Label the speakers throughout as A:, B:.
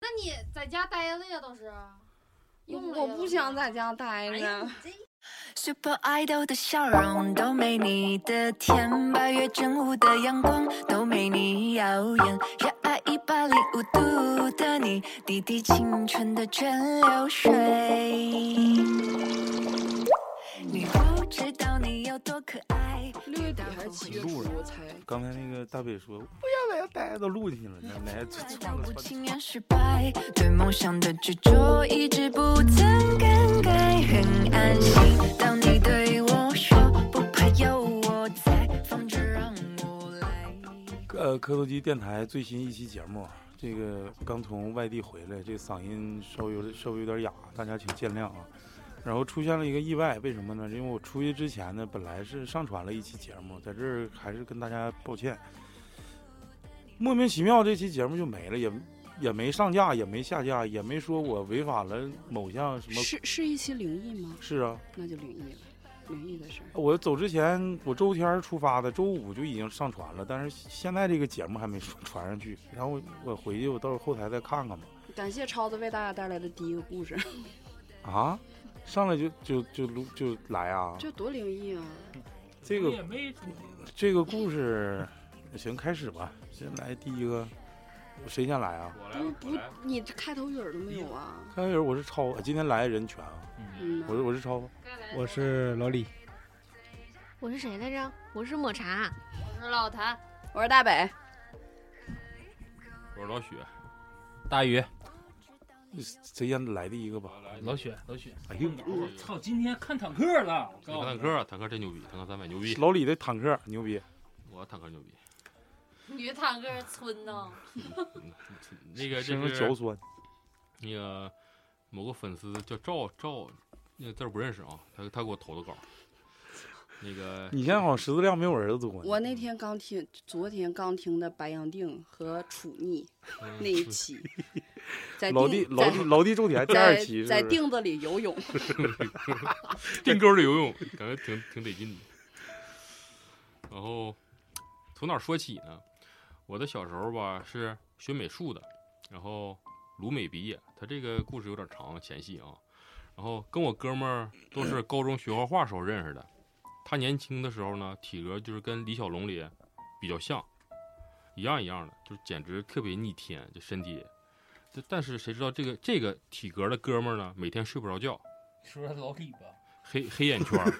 A: 那你在家待着呀，倒是。用了呀
B: 我不想。在家待
A: 哎呀，
B: 着
A: 你。这
C: Super Idol 的笑容都没你的甜，八月正午的阳光都没你耀眼。热爱一百零五度的你，滴滴青春的蒸馏水。你不知道你有多可爱。
B: 六月底还是七月初
D: 路人
B: 才？
D: 刚才那个大北说，不想在家待着都录进去了，那来
C: 来
D: 创
C: 到
D: 个
C: 不
D: 创
C: 青年失败，对梦想的执着一直不曾更改，很安心。当你对我说不怕有我在，放着让我来。
D: 呃，磕头机电台最新一期节目，啊这个刚从外地回来，这嗓音稍微有点稍微有点哑，大家请见谅啊。然后出现了一个意外，为什么呢？因为我出去之前呢，本来是上传了一期节目，在这儿还是跟大家抱歉，莫名其妙这期节目就没了，也也没上架，也没下架，也没说我违反了某项什么。
B: 是是一期灵异吗？
D: 是啊，
B: 那就灵异了，灵异的事儿。
D: 我走之前，我周天儿出发的，周五就已经上传了，但是现在这个节目还没传上 去。然后我我回去，我到时候后台再看看吧。
B: 感谢超子为大家带来的第一个故事，
D: 啊，上来就就就录就来啊！
B: 这多灵异啊！
D: 这
E: 也
D: 个
E: 没
D: 这个故事，行，开始吧。先来第一个，谁先来啊？
E: 我来
B: 不
E: 我
B: 不
E: 来，，
B: 你这开头语儿都没有啊？
D: 开始我是超，今天来人全啊，
E: 嗯，
B: 嗯
D: 我
B: 呐，
D: 是我是超，
A: 该来
F: 我是老李，
G: 我是谁来着？我是抹茶。
A: 我是老谭，
B: 我是大北，
E: 我是老许，大宇，
D: 谁先来第一个吧？
H: 老雪，老雪，
D: 哎呦，
H: 我操！今天看坦克了，我
E: 你
H: 告
E: 看
H: 诉
E: 坦
H: 你，
E: 克，坦克真牛逼，坦克三百牛逼，
D: 老李的坦克牛逼，
E: 我坦克牛逼。
A: 女坦克村呢？
H: 嗯
E: 那个
D: 身
E: 就
D: 上脚
E: 是
D: 酸。
E: 那个某个粉丝叫赵赵，那个字儿不认识啊，他他给我投的稿，那个
D: 你现在好像识字量没我儿子多呢。
B: 我那天刚听，昨天刚听的白杨定和楚逆那一 期，在
D: 老弟
B: 定
D: 老弟老弟种田第二
B: 在
D: 期
B: 在在
D: 是不是？
B: 定子里游泳，
E: 定沟里游泳，感觉挺挺得劲的。然后从哪儿说起呢？我的小时候吧是学美术的，然后鲁美毕业。他这个故事有点长，前戏啊。然后跟我哥们儿都是高中学画画时候认识的。他年轻的时候呢，体格就是跟李小龙里比较像，一样一样的，就是简直特别逆天，这身体。但但是谁知道这个这个体格的哥们儿呢，每天睡不着觉，
H: 说说老李吧，
E: 黑黑眼 圈儿，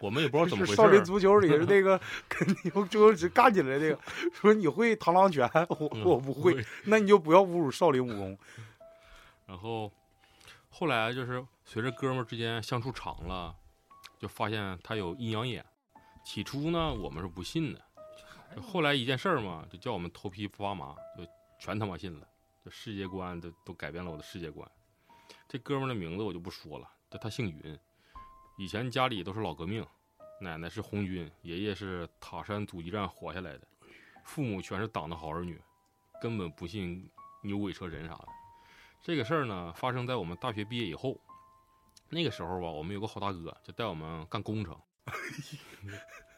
E: 我们也不知道怎么
D: 是
E: 回事
D: 少林
E: 儿。
D: 足球里是那 个跟你用桌子干起来那个，说你会螳螂拳，我
E: 嗯
D: 我不会，。那你就不要侮辱少林武功。
E: 然后后来就是随着哥们儿之间相处长了，就发现他有阴阳眼。起初呢，我们是不信的，就后来一件事儿嘛，就叫我们头皮发麻，就全他妈信了，就世界观都都改变了我的世界观。这哥们儿的名字我就不说了，这他姓云，以前家里都是老革命，奶奶是红军，爷爷是塔山阻击战活下来的，父母全是党的好儿女，根本不信牛鬼蛇神啥的。这个事儿呢，发生在我们大学毕业以后。那个时候吧，我们有个好大哥就带我们干工程，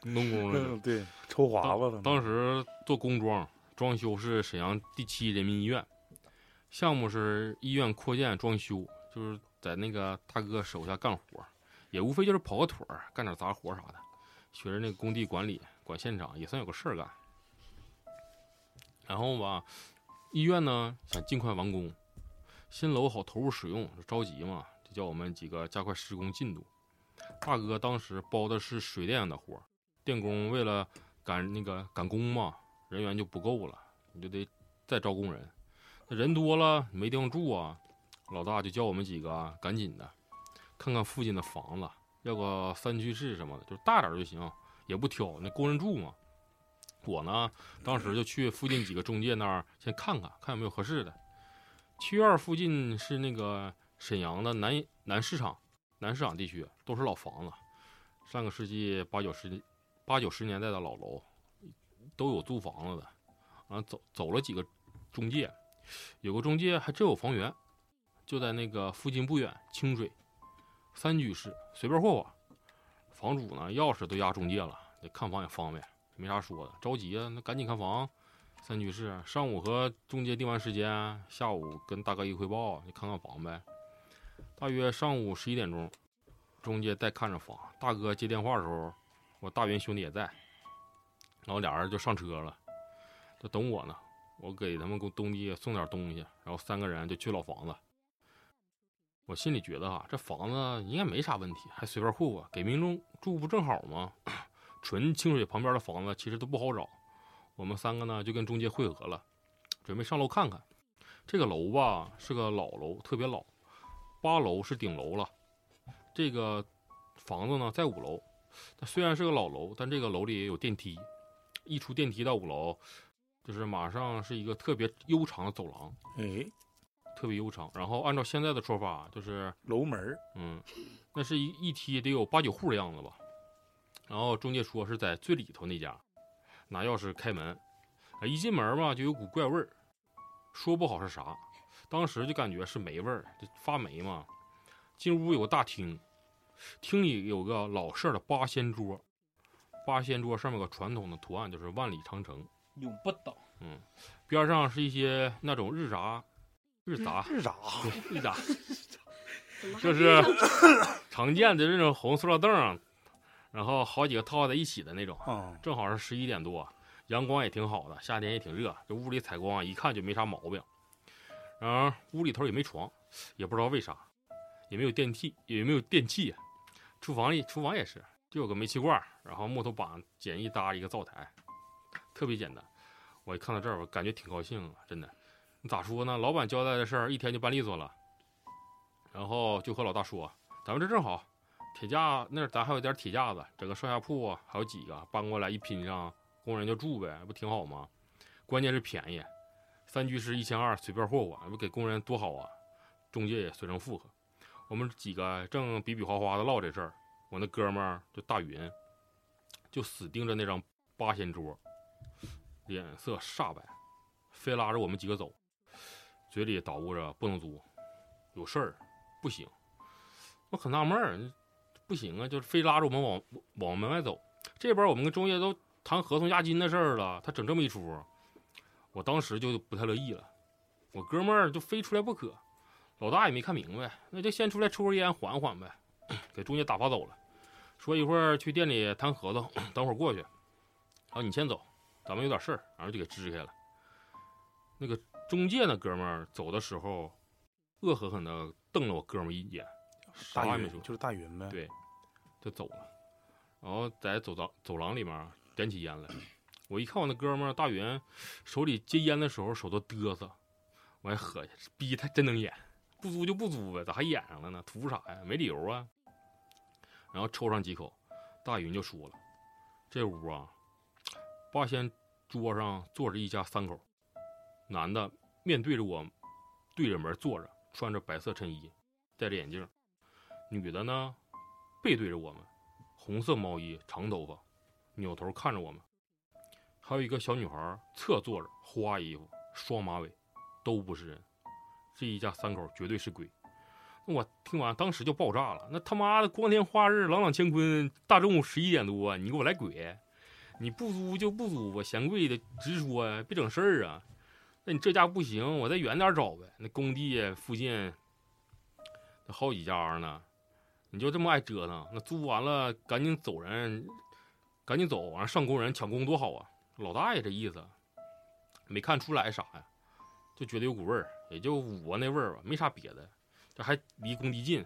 E: 农工了就。
D: 嗯，对，抽华子了。
E: 当时呃做工装，装修是沈阳第七人民医院，项目是医院扩建装修，就是在那个大哥手下干活，也无非就是跑个腿儿，干点杂活啥的，学着那个工地管理，管现场，也算有个事儿干。然后吧，医院呢想尽快完工，新楼好投入使用，着急嘛，就叫我们几个加快施工进度。大哥当时包的是水电的活儿，电工为了赶那个赶工嘛，人员就不够了，你就得再招工人。那人多了没地方住啊，老大就叫我们几个啊赶紧的，看看附近的房子，要个三居室什么的，就是大点儿就行，也不挑，那供人住嘛。我呢，当时就去附近几个中介那儿先看看，看有没有合适的。七院附近是那个沈阳的南南市场，南市场地区都是老房子，上个世纪八九十八九十年代的老楼，都有租房子的。啊，走走了几个中介，有个中介还真有房源，就在那个附近不远，清水三居室，随便霍霍。房主呢，钥匙都压中介了，得看房也方便，没啥说的。着急啊，那赶紧看房。三居室上午和中介定完时间，啊下午跟大哥一汇报，啊就看看房呗。大约上午十一点钟，中介在看着房，大哥接电话的时候，我大元兄弟也在，然后俩人就上车了，就等我呢。我给他们给东弟送点东西，然后三个人就去老房子。我心里觉得啊，这房子应该没啥问题，还随便户啊，给民众住不正好吗？ 纯清水旁边的房子其实都不好找。我们三个呢就跟中介汇合了，准备上楼看看。这个楼吧是个老楼，特别老，八楼是顶楼了。这个房子呢在五楼，它虽然是个老楼，但这个楼里也有电梯，一出电梯到五楼，就是马上是一个特别悠长的走廊，
D: 哎，
E: 特别悠长。然后按照现在的说法，就是
D: 楼门儿
E: 嗯，那是一一梯得有八九户的样子吧。然后中介说是在最里头那家，拿钥匙开门，啊，一进门吧就有股怪味儿，说不好是啥，当时就感觉是霉味儿，就发霉嘛。进屋有个大厅，厅里有个老式的八仙桌，八仙桌上面有个传统的图案就是万里长城，
H: 永不倒。
E: 边上是一些那种日杂，日杂，
D: 是啥？啊
E: 对日杂。
B: 怎么还
E: 就是 常见的这种红塑料凳儿，啊然后好几个套在一起的那种。
D: 啊，
E: 正好是十一点多，阳光也挺好的，夏天也挺热，这屋里采光啊一看就没啥毛病。然而屋里头也没床，也不知道为啥，也没有电梯，也没有电器。厨房里厨房也是，就有个煤气罐儿，然后木头板简易搭一个灶台，特别简单。我一看到这儿，我感觉挺高兴啊，真的。你咋说呢？老板交代的事儿一天就办利索了。然后就和老大说，咱们这正好，铁架那儿咱还有点铁架子，整个上下铺啊，还有几个搬过来一拼上，工人就住呗，不挺好吗？关键是便宜，三居室一千二，随便霍霍，不给工人多好啊！中介也随声附和。我们几个正比比划划的唠这事儿，我那哥们儿就大云，就死盯着那张八仙桌，脸色煞白，非拉着我们几个走，嘴里捣鼓着不能租，有事儿，不行。我很纳闷儿，不行啊，就是非拉着我们往往门外走。这边我们跟中介都谈合同押金的事儿了，他整这么一出，啊我当时就不太乐意了。我哥们儿就非出来不可，老大也没看明白，那就先出来抽根烟缓缓呗，给中介打发走了，说一会儿去店里谈合同，等会儿过去。然后你先走，咱们有点事儿，然后就给支开了。那个中介那哥们儿走的时候，恶狠狠地瞪了我哥们儿一眼，啥
D: 大
E: 也没说
D: 云，就是大云呗。
E: 对就走了。然后在走廊走廊里面点起烟来，我一看我那哥们儿大云手里接烟的时候手都嘚瑟，我还合计，逼他真能演，不租就不租呗，咋还演上了呢？图啥呀？没理由啊。然后抽上几口，大云就说了，这屋啊，八仙桌上坐着一家三口，男的面对着我，对着门坐着，穿着白色衬衣，戴着眼镜，女的呢背对着我们，红色毛衣，长头发，扭头看着我们。还有一个小女孩侧坐着，花衣服，双马尾，都不是人。这一家三口绝对是鬼。那我听完当时就爆炸了，那他妈的光天化日，朗朗乾坤，大中午十一点多，啊你给我来鬼！你不租就不租吧，嫌贵的直说呀，别整事儿啊。那你这家不行，我再远点找呗。那工地附近那好几家呢，你就这么爱折腾，那租完了赶紧走人，赶紧走，完了上工人抢工多好啊！老大爷这意思，没看出来啥呀，就觉得有股味儿，也就我那味儿吧，没啥别的。这还离工地近，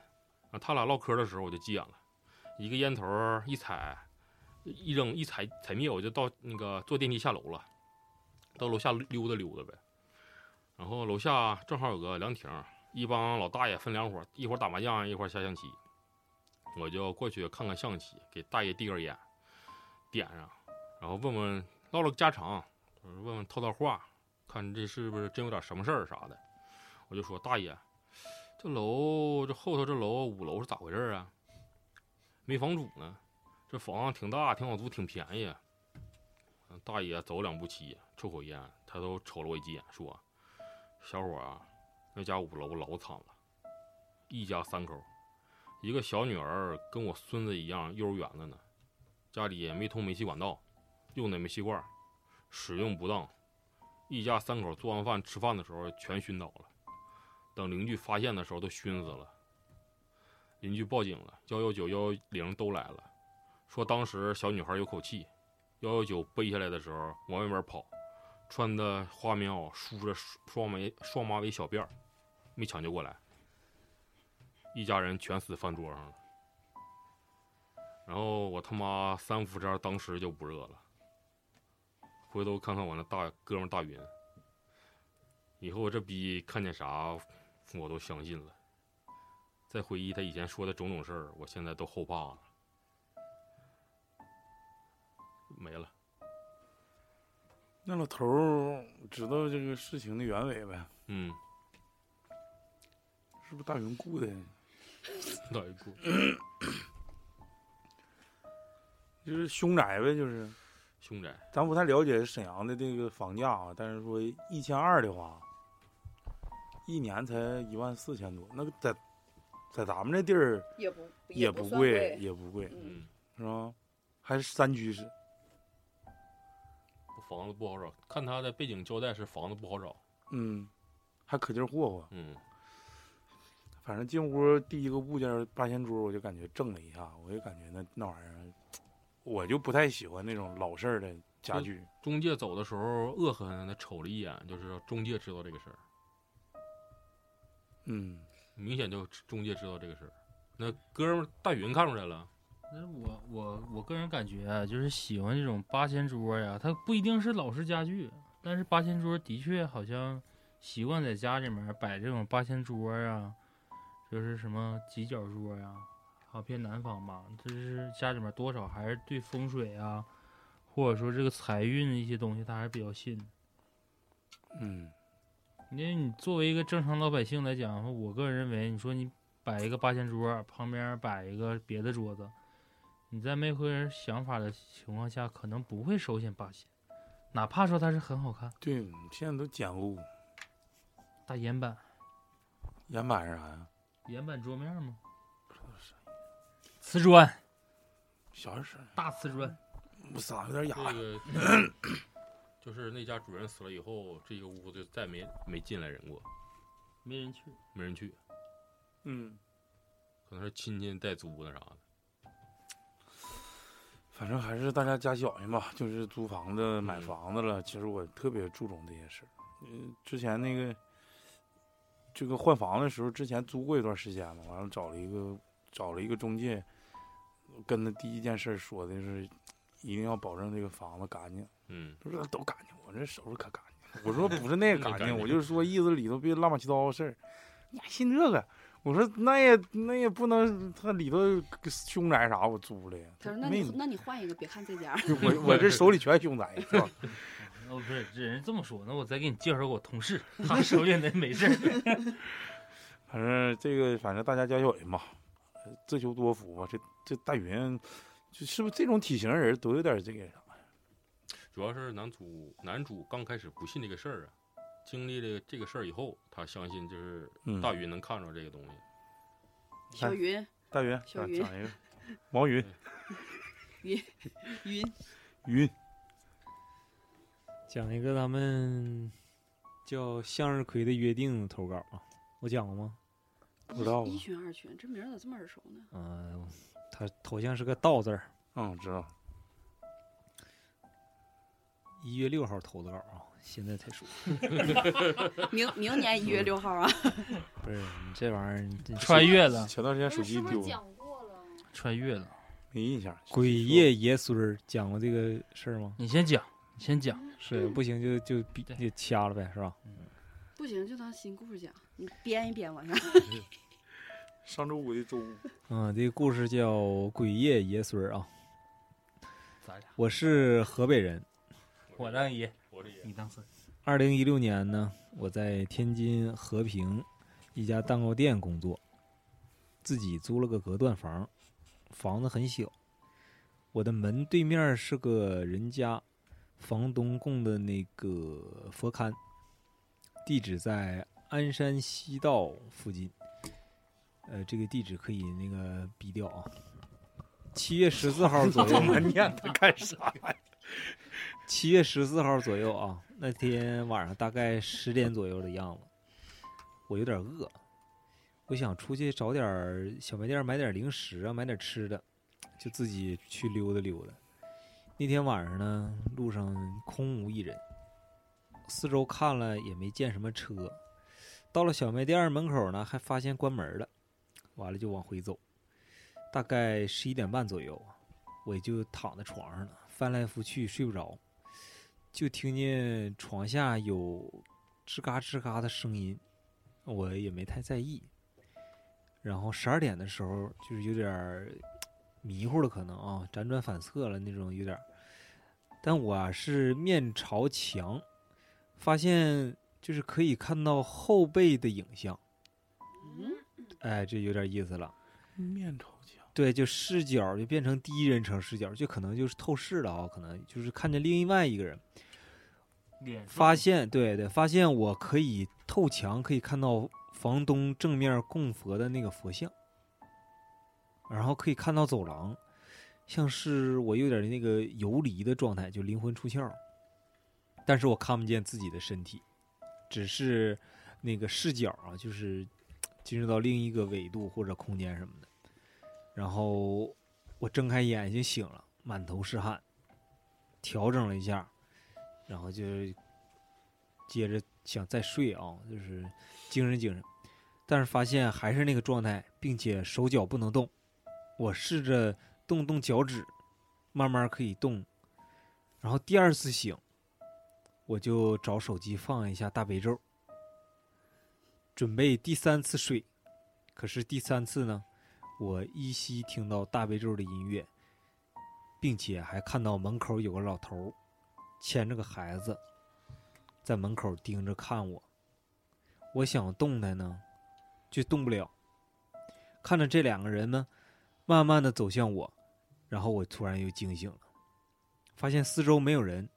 E: 啊，他俩唠嗑的时候我就急眼了，一个烟头儿一踩，一扔一踩踩灭，我就到那个坐电梯下楼了，到楼下溜达溜达呗。然后楼下正好有个凉亭儿，一帮老大爷分两伙儿，一会儿打麻将，一会儿下象棋。我就过去看看象棋，给大爷递根烟，点上，然后问问唠唠家常，就是问问套套话，看这是不是真有点什么事儿啥的。我就说大爷，这楼这后头这楼五楼是咋回事儿啊？没房主呢，这房子挺大，挺好租，挺便宜。啊大爷走两步棋，抽口烟，抬头瞅了我一眼，说：“小伙儿啊，那家五楼老惨了，一家三口一个小女儿跟我孙子一样幼儿园的呢，家里也没通煤气管道，用的煤气罐儿，使用不当，一家三口做完饭吃饭的时候全熏倒了，等邻居发现的时候都熏死了。邻居报警了，幺幺九、幺幺零都来了，说当时小女孩有口气，幺幺九背下来的时候往外面跑，穿的花棉袄，梳着双眉双马尾小辫儿，没抢救过来，一家人全死饭桌上了。然后我他妈三伏天当时就不热了，回头看看我那大哥们儿大云，以后这逼看见啥我都相信了。再回忆他以前说的种种事儿，我现在都后怕了。没了，
D: 那老头儿知道这个事情的原委呗？
E: 嗯，
D: 是不是大云雇的？
E: 老一姑，
D: 就是凶宅呗，就是。
E: 凶宅，
D: 咱不太了解沈阳的这个房价啊，但是说一千二的话，一年才一万四千多，那个在在咱们这地儿
B: 也不
D: 也
B: 不算
D: 贵，也不贵，
B: 嗯，
E: 嗯，
D: 是吧？还是三居室，
E: 我房子不好找，看他的背景交代是房子不好找，
D: 嗯，还可劲儿霍霍。
E: 嗯，
D: 反正进屋第一个物件八仙桌，我就感觉震了一下，我就感觉那那玩意儿，我就不太喜欢那种老式儿的家
B: 嗯
D: 具。
E: 中介走的时候恶狠狠的瞅了一眼，就是中介知道这个事儿，
D: 嗯，
E: 明显就中介知道这个事儿。那哥们儿大云看出来了，
H: 但是我我我个人感觉啊，就是喜欢这种八仙桌呀，它不一定是老式家具，但是八仙桌的确好像习惯在家里面摆这种八仙桌呀，就是什么几角桌呀，好偏南方吧，就是家里面多少还是对风水啊，或者说这个财运的一些东西，他还是比较信的。
D: 嗯，
H: 因为你作为一个正常老百姓来讲，我个人认为，你说你摆一个八仙桌，旁边摆一个别的桌子，你在没回人想法的情况下，可能不会首选八仙，哪怕说它是很好看，
D: 对，现在都简物，
H: 大岩板，
D: 岩板是啥呀？
H: 岩板桌面吗？瓷砖，
D: 小点声儿，
H: 大瓷砖，
D: 我嗓子有点
E: 这
D: 哑。
E: 个就是那家主人死了以后，这个屋就再没没进来人过，
H: 没人去。
E: 没人去，
D: 嗯。
E: 可能是亲戚带租那啥的。
D: 反正还是大家加小心吧，就是租房子、买房子了。其实我特别注重这些事儿。嗯、之前那个这个换房的时候，之前租过一段时间嘛，完了找了一个找了一个中介，跟他第一件事说的是，一定要保证这个房子干净。
E: 嗯，
D: 他说都干净，我这收拾可干净。我说不是 那个
E: 那
D: 干净，
E: 干净
D: 我就是说意思里头别乱七八糟的事儿。你还信这个？我说那也那也不能，他里头凶宅啥我租了呀。
B: 他说：“那
D: 没
B: 你那你换一个，别看这家。
D: 就 我我这手里全凶宅，是吧？
H: 哦，不是，这人这么说，那我再给你介绍给我同事，他手里那没事儿。
D: 反正这个，反正大家加小心吧，呃自求多福吧。这这大云，就是不是这种体型人都有点这个啥呀？
E: 主要是男主男主刚开始不信这个事儿啊，经历了这个事儿以后，他相信就是
D: 嗯
E: 大云能看着这个东西。”
B: 小云
D: 大云，
B: 小
D: 讲
B: 云
D: 讲一个毛云
B: 云，
D: 云，
F: 讲一个咱们叫向日葵的约定投稿啊，我讲过吗？
D: 不知道啊
B: 一群二群，这名儿咋这么耳熟呢？
F: 嗯、他头像是个道字儿。
D: 嗯，知道。
F: 一月六号投的稿啊，现在才说。
B: 明明年一月六号啊，
F: 不是你这玩意儿这
H: 穿越了，
D: 前段时间
A: 不
D: 手
A: 哎是
D: 机
A: 是不
D: 丢
A: 是
D: 了，
A: 讲过了？
H: 穿越了。
D: 没印象。
F: 鬼夜爷孙儿讲过这个事儿吗？
H: 你先讲，你先讲。
F: 是啊不行就就逼
H: 对
F: 就掐了呗，是吧？
B: 不行就当新故事讲，你编一编往下。
D: 上周五的周五，
F: 嗯，这个故事叫《鬼夜爷孙儿》啊。
H: 咱俩，
F: 我是河北人，
H: 我当爷，
E: 我这也
H: 你当孙。
F: 二零一六年呢，我在天津和平一家蛋糕店工作，自己租了个隔断房，房子很小。我的门对面是个人家，房东供的那个佛龛，地址在鞍山西道附近。呃，这个地址可以那个逼掉 啊。七月十四号左右，
D: 我念他干啥呀？
F: 七月十四号左右啊，那天晚上大概十点左右的样子，我有点饿，我想出去找点儿小卖店儿买点儿零食啊，买点儿吃的，就自己去溜达溜达。那天晚上呢，路上空无一人，四周看了也没见什么车。到了小卖店儿门口呢，还发现关门儿了，完了就往回走。大概十一点半左右啊，我就躺在床上了，翻来覆去睡不着，就听见床下有吱嘎吱嘎的声音，我也没太在意。然后十二点的时候，就是有点儿迷糊了，可能啊，辗转反侧了那种，有点儿。但我啊是面朝墙，发现就是可以看到后背的影像，哎，这有点意思了。
D: 面朝墙，
F: 对，就视角就变成第一人称视角，就可能就是透视了啊，可能就是看见另外一个人，
H: 脸
F: 发现对对，发现我可以透墙，可以看到房东正面供佛的那个佛像，然后可以看到走廊，像是我有点那个游离的状态，就灵魂出窍，但是我看不见自己的身体，只是那个视角啊，就是进入到另一个纬度或者空间什么的。然后我睁开眼睛醒了，满头是汗，调整了一下，然后就接着想再睡啊，就是精神精神，但是发现还是那个状态，并且手脚不能动。我试着动动脚趾，慢慢可以动。然后第二次醒，我就找手机放一下大悲咒，准备第三次睡。可是第三次呢，我依稀听到大悲咒的音乐，并且还看到门口有个老头儿牵着个孩子，在门口盯着看我。我想动弹呢，却动不了。看着这两个人呢，慢慢的走向我，然后我突然又惊醒了，发现四周没有人，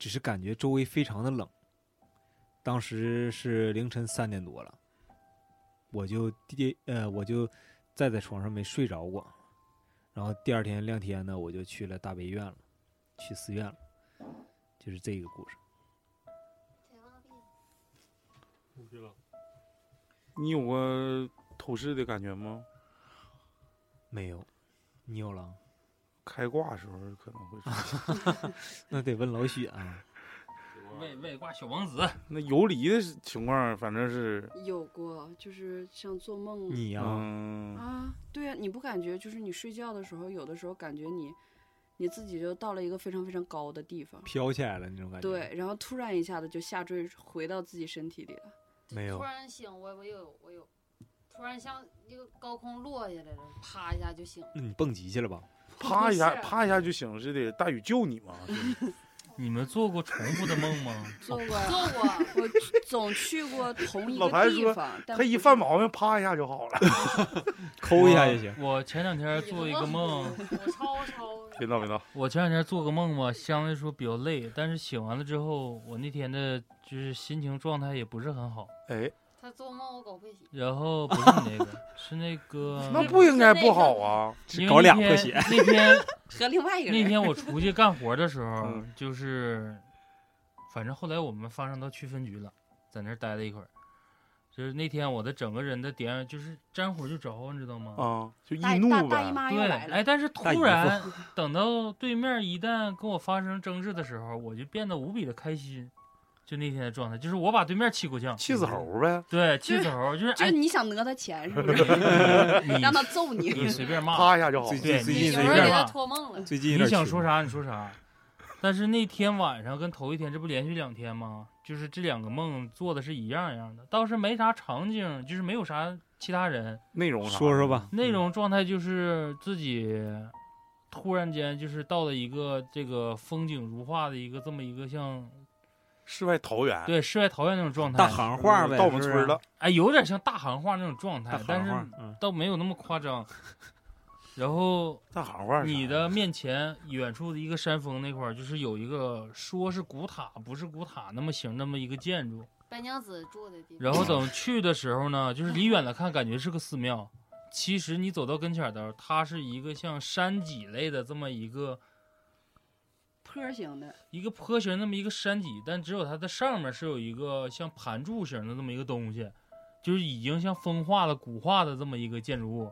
F: 只是感觉周围非常的冷。当时是凌晨三点多了，我就跌呃我就再在床上没睡着过，然后第二天亮天呢，我就去了大悲院了，去寺院了，就是这个故事。
D: 你有过透视的感觉吗？
F: 没有，你有了？
D: 开挂的时候可能会出现
F: 那得问老许啊。
H: 外外挂小王子，
D: 那游离的情况，反正是，
B: 有过，就是像做梦
F: 你呀、
D: 嗯，
B: 啊，对呀，你不感觉就是你睡觉的时候，有的时候感觉你你自己就到了一个非常非常高的地方，
F: 飘起来了那种感觉。，
B: 对，然后突然一下子就下坠回到自己身体里了。
F: 没有
A: 突然醒，我我有我有，突然像一个高空落下来了，啪一下就醒了。
F: 那你蹦极去了吧？
D: 啪一下，
A: 不是
D: 啪一下就醒了似的。大宇救 你嘛，
H: 你们做过重复的梦吗？
B: 做过，
A: 做 过，
B: 我总去 过同一
D: 老谭
B: 个地
D: 说
B: 方，但
D: 他
B: 不
D: 一
B: 是
D: 犯毛病，啪一下就好了。
F: 抠一下就行。
H: 我前两天做一个梦，
A: 我超超。
D: 别闹别闹，
H: 我前两天做个梦嘛，相对来说比较累，但是醒完了之后，我那天的就是心情状态也不是很好。
D: 哎，
A: 他做梦我搞被洗，
H: 然后不是你 那个，是那
B: 嗯
H: 个，
D: 那不应该不好 啊。
H: 因为
F: 搞两
H: 那
F: 破
H: 天
F: 鞋。
H: 那天
B: 和另外一个
H: 那
B: 人，
H: 天我出去干活的时候
D: 嗯，
H: 就是，反正后来我们发展到区分局了，在那儿待了一会儿。就是那天我的整个人的点就是沾火就着，你知道吗？
D: 啊，就易
B: 大
D: 怒
B: 大大姨
D: 呗。
B: 妈又
H: 对，
B: 来了
H: 哎，，但是
F: 大姨
H: 突
F: 夫
H: 然等到对面一旦跟我发生争执的时候，我就变得无比的开心。就那天的状态，就是我把对面气够呛，
D: 气死猴呗，
H: 对，气死猴，就是
B: 就
H: 哎
B: 是，你 想讹他钱是 不是？让他揍你。
H: 你随便骂，
D: 啪一下就好了
F: 最。
H: 对
F: 近最
H: 你
A: 有
F: 近
H: 有
F: 随
A: 人
H: 人
A: 给
H: 给
F: 便，
A: 他
H: 他
A: 托梦了，
F: 最近
H: 嗯
F: 有
H: 你
F: 点
H: 想
F: 穷
H: 说？啥你说啥。但是那天晚上跟头一天，这不连续两天吗？就是这两个梦做的是一样一样的，倒是没啥场景，就是没有啥其他人，
D: 内容啥
F: 说
D: 的
F: 说，吧。
H: 那种状态就是自己突然间就是到了一个这个风景如画的一个这么一个像
D: 世外桃源，
H: 对世外桃源那种状态，
F: 大行话呗，
D: 到我们
F: 是
D: 村
F: 不是
D: 儿了。，
H: 哎，有点像大行话那种状
F: 大
H: 态，但
F: 行
H: 是
F: 话，嗯，
H: 倒没有那么夸 张。然后
D: 大行话是啥呀。
H: 你的面前远处的一个山峰那块儿，就是有一个说是古塔，不是古塔那么型那么一个建筑。
A: 白娘子住的地方。
H: 然后
F: 嗯
H: 等去的时候呢，就是离远了看，感觉是个寺庙，其实你走到跟前儿的时候，它是一个像山脊类的这么一个
B: 坡型的，
H: 一个坡形那么一个山脊，但只有它的上面是有一个像盘柱形的这么一个东西，就是已经像风化了、古化的这么一个建筑物。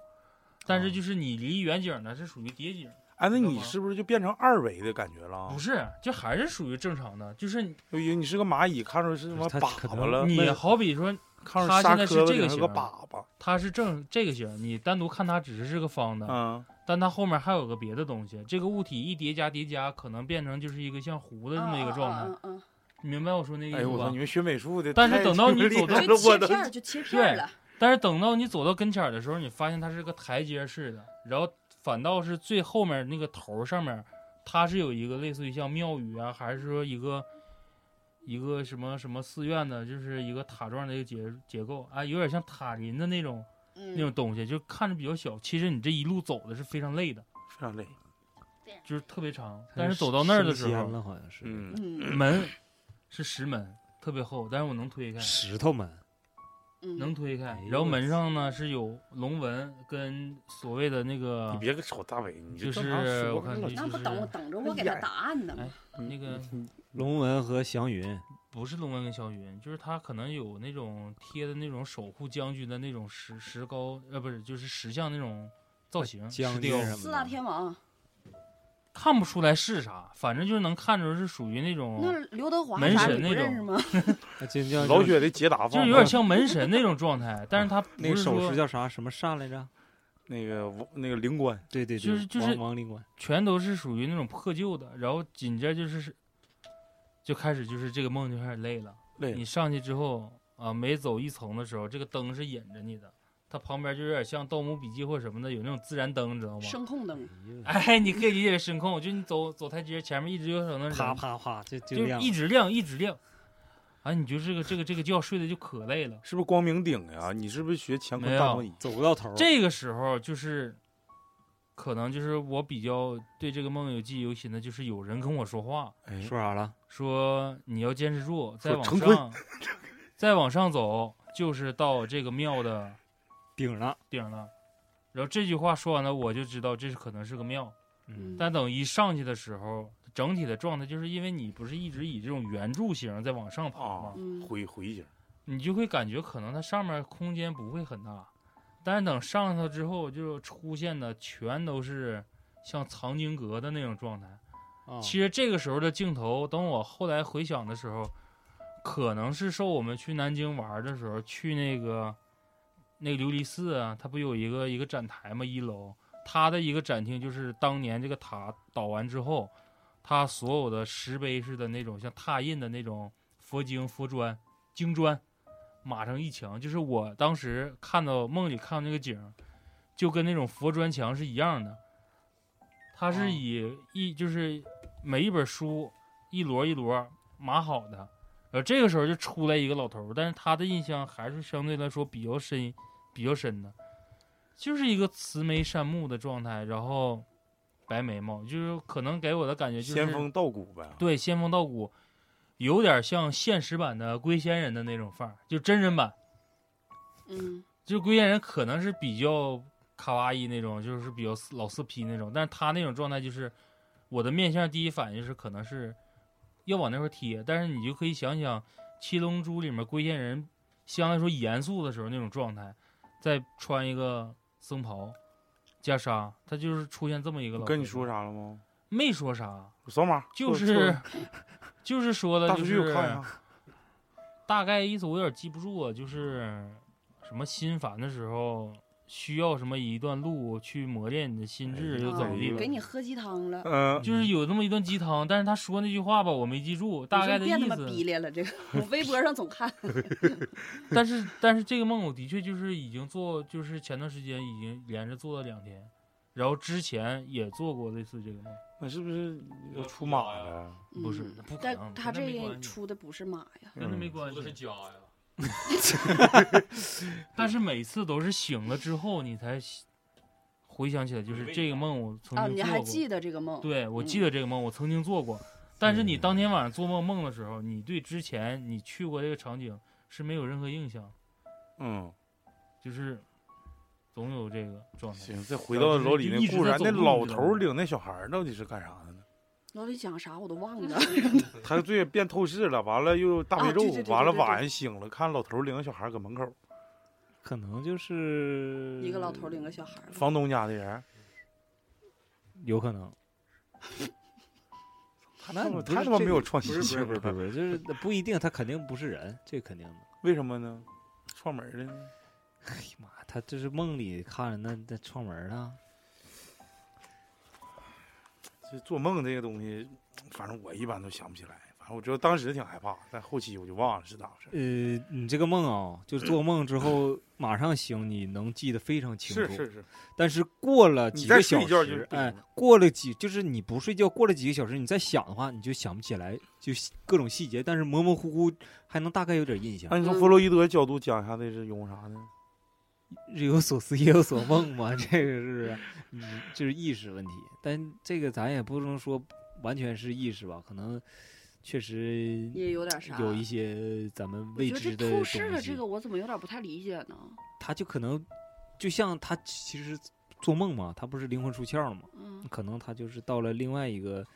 H: 但
D: 哦
H: 是就是你离远景呢是属于叠景，
D: 哎，那
H: 知道
D: 你
H: 吗
D: 是不是就变成二维的感觉了啊
H: 不？是，就还是属于正常的。就是你
D: 我以为你是个蚂蚁，看着是什么
F: 他
D: 粑
F: 可
D: 粑
F: 能
D: 了，
H: 你
D: 没有
H: 好比说
D: 看着
H: 他
D: 沙
H: 现在是
D: 磕巴
H: 这个
D: 顶上有个
H: 型
D: 粑粑，
H: 它是正这个形，你单独看它只是是个方的，
D: 嗯，
H: 但它后面还有个别的东西。这个物体一叠加叠加，可能变成就是一个像湖的这么一个状态。
B: 嗯嗯
H: 你明白我说那个
D: 哎
H: 意
D: 呦
H: 思
D: 我操，
H: 吧
D: 你？们学美术的太
H: 但
D: 厉害
H: 是
D: 了，
H: 等到你走到
B: 嗯，就
D: 我
B: 切
D: 都
B: 片儿就切片儿了，
H: 但是等到你走到跟前儿的时候，你发现它是个台阶似的，然后反倒是最后面那个头上面，它是有一个类似于像庙宇啊，还是说一个一个什么什么寺院的，就是一个塔状的一个结结构啊，有点像塔林的那种那种
B: 嗯，
H: 东西，就看着比较小。其实你这一路走的是非常累的，
D: 非常累，
H: 就是特别长。但是走到那儿的时
F: 升仙
H: 候，
F: 了好像是、
D: 嗯，
B: 嗯
H: 门是石门，特别厚，但是我能推开。
F: 石头们，
B: 嗯，
H: 能推开
F: 哎
H: 然
F: 呦，
H: 后
F: 哎我
H: 门
F: 操
H: 上呢是有龙纹跟所谓的那个
D: 你别瞅大伟，你
H: 啊就
D: 正常
H: 是哎
D: 说
H: 我看
D: 了
H: 你
B: 那不等我等着我给他答案呢吗？
H: 那个
F: 龙纹和祥云，
H: 不是龙纹跟祥云，就是它可能有那种贴的那种守护将军的那种石石膏，呃，不是，就是石像那种造型，
F: 呃将
H: 石
F: 军
H: 雕
F: 什
B: 四大
F: 么的，
B: 天王，
H: 看不出来是啥，反正就是能看出是属于那
B: 那
H: 种，
B: 刘德华
H: 哦门
B: 啥
H: 神
B: 你不
H: 那
B: 认识
H: 种
B: 吗？
F: 那就叫
D: 老
F: 叫
D: 雪的解答方
H: 就是
D: 法，
H: 有点像门神那种状态，但是它不
F: 那个
H: 是
F: 手势
H: 说
F: 叫啥什么扇来着？
D: 那个王那个灵官，
F: 对对对，
H: 就是就是
F: 王王灵官，
H: 全都是属于那种破旧的，然后紧接着就是就开始就是这个梦就开始累了。
D: 累了
H: 你上去之后啊，每走一层的时候，这个灯是引着你的，它旁边就有点像《盗墓笔记》或什么的，有那种自然灯，你知道吗？
B: 声控灯，
F: 哎
H: 哎，你可以理解为声控，就你走走台阶，前面一直有小灯
F: 呦
H: 人
F: 啪，啪啪，这就
H: 就
F: 亮
H: 一直亮，一直亮。啊，你就这个这个这个觉睡得就可累
F: 哦
H: 了。
D: 是不是光明顶呀？你是不是学乾坤
H: 没
D: 大
H: 有
D: 挪移？
F: 走不到头儿。
H: 这个时候就是，可能就是我比较对这个梦有记忆犹新的，就是有人跟我说话，
D: 哎，
F: 说啥了？
H: 说你要坚持住，再
D: 说
H: 往
D: 成坤
H: 上， 再往上走就是到这个庙的
F: 顶上，
H: 顶了。然后这句话说完了，我就知道这是可能是个庙。
F: 嗯，
H: 但等一上去的时候，整体的状态就是因为你不是一直以这种圆柱形在往上爬
D: 哦
H: 吗？
B: 嗯，
D: 回回形，
H: 你就会感觉可能它上面空间不会很大，但是等上头之后，就出现的全都是像藏经阁的那种状态。
F: 啊
H: 其实这个时候的镜头，等我后来回想的时候，可能是受我们去南京玩的时候，去那个那个琉璃寺啊，它不有一个一个展台吗？一楼，它的一个展厅就是当年这个塔倒完之后，它所有的石碑似的那种像拓印的那种佛经、佛砖、经砖，码成一墙，就是我当时看到梦里看到那个景儿，就跟那种佛砖墙是一样的。它
F: 哦
H: 是以一就是每一本书一摞一摞码好的，呃，这个时候就出来一个老头儿，但是他的印象还是相对来说比较深、比较深的，就是一个慈眉善目的状态，然后白眉毛，就是可能给我的感觉就是
D: 仙风道骨呗。
H: 对仙风道骨，有点像现实版的龟仙人的那种范儿，就真人版。
B: 嗯，
H: 就是龟仙人可能是比较卡哇伊那种，就是比较老色批那种，但是他那种状态就是我的面相第一反应是可能是要往那块儿贴，但是你就可以想想《七龙珠》里面龟仙人相对来说严肃的时候那种状态，再穿一个僧袍袈裟，他就是出现这么一个老。
D: 我跟你说？啥了吗？
H: 没说啥，
D: 我扫码，
H: 就
D: 说说
H: 是就是说的
D: 大
H: 就
D: 数据我
H: 是
D: 看 一下。
H: 大概意思我有点记不住啊，就是什么心烦的时候需要什么一段路去磨练你的心智，
D: 哎
H: 又
D: 就
H: 怎么地
D: 哎
H: 了
B: 哦给你喝鸡汤了，
D: 嗯，
H: 就是有这么一段鸡汤，但是他说那句话吧，我没记住大概的
B: 你说别
H: 意
B: 他妈逼
H: 思。
B: 咧了，这个 我微博上总看，
H: 但是但是这个梦我的确就是已经做，就是前段时间已经连着做了两天，然后之前也做过类似这个梦，
D: 那是不是要出马呀？
H: 不是
B: 嗯
H: 不可能
B: 但他
H: 跟那没
B: 这
H: 关系
B: 出的不是马呀，
H: 跟他没
D: 嗯
H: 关
E: 都是
H: 系。
E: 家呀。
H: 但是每次都是醒了之后你才回想起来，就是这个梦我曾
B: 啊，
H: 经
B: 你
H: 做
B: 还
H: 过。
B: 记得这个梦？
H: 对，我记
B: 嗯
H: 得这个梦，我曾经做过。但是你
F: 嗯
H: 当天晚上做梦梦的时候，你对之前你去过这个场景是没有任何印象，
D: 嗯，
H: 就是总有这个状态。
D: 行，再回到老李那故事，
H: 然
D: 哎
H: 后
D: 那
H: 就是一直在走路
D: 老头领那小孩儿到底是干啥的呢？
B: 老李讲啥我都 忘了。
D: 他醉变透视了，完了又大肥
B: 啊对
D: 肉，
B: 对对对
D: 完了
B: 对对
D: 晚上醒了，看老头儿领个小孩儿搁门口，
F: 可能就是
B: 一个老头儿领个小孩儿吧，
D: 房东家的人，
F: 有 可能。那
D: 他妈
F: 不是
D: 太他妈
F: 这
D: 没有创
F: 不
D: 新
F: 是不
D: 性
F: 是不是不是
D: 了，
F: 不是，就是不一定，他肯定不是人，这肯定的。
D: 为什么呢？串门儿的呢？
F: 哎呀妈，他这是梦里看着那那串门儿呢。
D: 这做梦这个东西，反正我一般都想不起来。反正我知道当时挺害怕，但后期我就忘了是咋回事儿。
F: 呃，你这个梦啊、就是做梦之后马上醒，你能记得非常清楚。
D: 是是是，
F: 但是过了
D: 你
F: 呃几
D: 再
F: 个
D: 睡
F: 小
D: 一
F: 时，
D: 觉就是不
F: 哎
D: 行了，
F: 过了几就是你不睡觉，过了几个小时，你再想的话，你就想不起来，就细各种细节，但是模模糊糊还能大概有点印象
D: 那。你从弗洛伊德角度讲一下，那是用啥呢？
F: 日有所思，夜有所梦嘛， 这个是不是？嗯，就是意识问题。但这个咱也不能说完全是意识吧，可能确实
B: 也有点啥。
F: 有一些咱们
B: 我
F: 未
B: 觉得这
F: 知的
B: 透
F: 东
B: 视的
F: 西
B: 这。个，我怎么有点不太理解呢？
F: 他就可能就像他其实做梦嘛，他不是灵魂出窍了嘛，
B: 嗯，
F: 可能他就是到了另外一个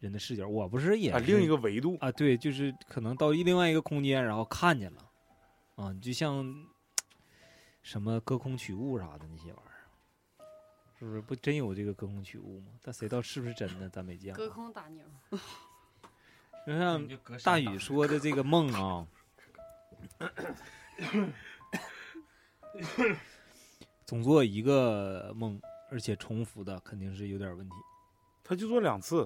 F: 人的视角。我不是也
D: 啊，
F: 是
D: 另一个维度，
F: 啊，对，就是可能到另外一个空间，然后看见了，啊，你就像什么隔空取物啥的那些玩意儿，是不是不真有这个隔空取物吗？但谁知道是不是真的，咱没见过
A: 隔。空打牛，
F: 就像
H: 你就隔山
F: 大
H: 打
F: 宇说的这个梦啊，总做一个梦，而且重复的，肯定是有点问题。
D: 他就做两次，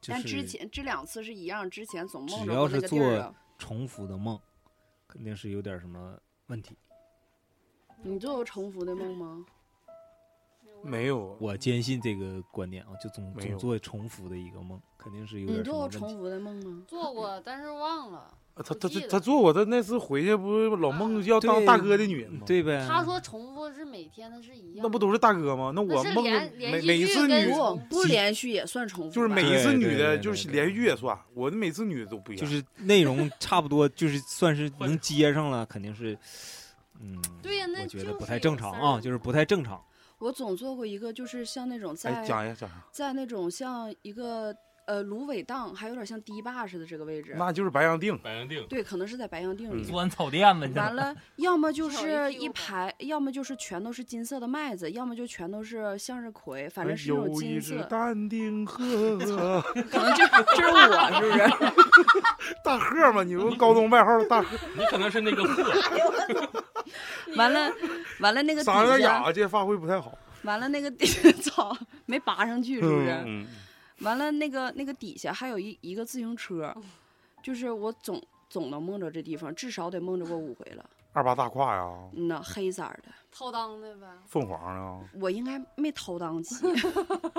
F: 就
B: 但之
F: 是
B: 前这两次是一样，之前总梦
F: 只
B: 着
F: 要
B: 过那
F: 是
B: 个地儿
F: 做
B: 啊。
F: 重复的梦，肯定是有点什么问题。
B: 你做过重复的梦吗？
D: 没有。
F: 我坚信这个观点啊，就总
D: 没有
F: 总做重复的一个梦，肯定是有
B: 你
F: 点什
B: 做
F: 么
B: 过
F: 问题。
B: 重复的梦吗？
A: 做过但是忘了。
D: 啊
A: 不
D: 他他
A: 记
D: 他
A: 得
D: 他做过，他那次回去不是老梦要当
F: 对
D: 大哥的女人吗？，
F: 对
H: 嗯
F: 呗？
A: 他说重复是每天的是一样，
D: 那不都是大哥吗？那我
A: 那是
D: 梦
A: 连
D: 里
A: 连
D: 每
A: 续
D: 每一次
A: 跟
D: 女
A: 我
B: 不不连续也算重复吧，
D: 就是每一次
F: 对
D: 女
F: 对
D: 的，
F: 对
D: 就是
F: 对
D: 连续剧也算，我的每次女的都不一样。
F: 就是内容差不多，就是算是能接上了，肯定是，嗯，
A: 对呀那
F: 我觉
A: 就
F: 得不
A: 是
F: 太
A: 有
F: 正常
A: 三
F: 啊，
A: 个
F: 就是不太正常。
B: 我总做过一个，就是像那种在
D: 哎，讲一下讲一下，
B: 在那种像一个呃芦苇荡，还有点像堤坝似的这个位置。
D: 那就是白洋淀，
E: 白洋淀，
B: 对，可能是在白
D: 嗯
B: 洋淀里。
H: 钻草甸子去
B: 嗯完
H: 了。
B: 了，要么 就
A: 少一
B: 是
A: 屁
B: 一
A: 股吧
B: 排，要么就是全都是金色的麦子，要么就全都是向日葵，反正是那
D: 哎有
B: 种
D: 一
B: 金
D: 只
B: 色。
D: 淡 定鹤，
B: 可能这这是我，是不是？
D: 大鹤嘛，你们高中外号 大鹤，
E: 你可能是那个鹤，
B: 完了，完了那个
D: 嗓子有
B: 底
D: 点
B: 下，
D: 哑，这发挥不太好，
B: 完了那个底，操，没拔上去，是不是？
D: 嗯，
B: 完了，那个那个底下还有一一个自行车，
D: 嗯
B: 就是我总总能梦着这地方，至少得梦着过五回了。
D: 二八大胯呀，
B: 嗯呐，黑色儿的，
A: 掏裆的呗。
D: 凤凰
B: 我应该没掏裆骑，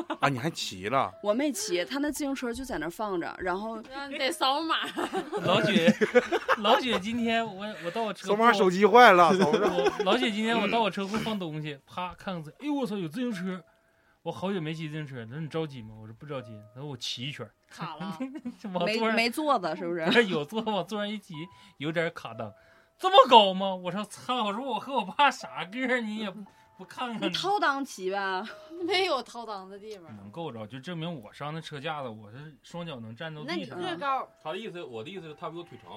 D: 啊，啊，你还骑 了，
B: 我没骑，他那自行车就在那儿放着，然后
A: 让你得扫码，
H: 老雪，老雪今天我我到我车
D: 扫
H: 库，
D: 码手机坏了，扫不着。
H: 我老姐今天我到我车库放东西，啪看看自己，哎呦我操有自行车，我好久没骑自行车了。她说你着急吗？我说不着急。然后我骑一圈，
A: 卡了。
H: 往
B: 没
H: 桌上
B: 没坐子，是不是？
H: 不是有坐往桌上一骑，有点卡裆，这么高吗？我说操！我说我和我爸啥个儿，你也不不看
B: 你
H: 看，
B: 掏裆骑呗，
A: 没有掏裆的地方。
H: 能够着，就证明我上那车架子，我是双脚能站到
A: 那
H: 地
A: 你
H: 上。
B: 啊
A: 个高，
E: 他的意思，我的意思是他比我腿长，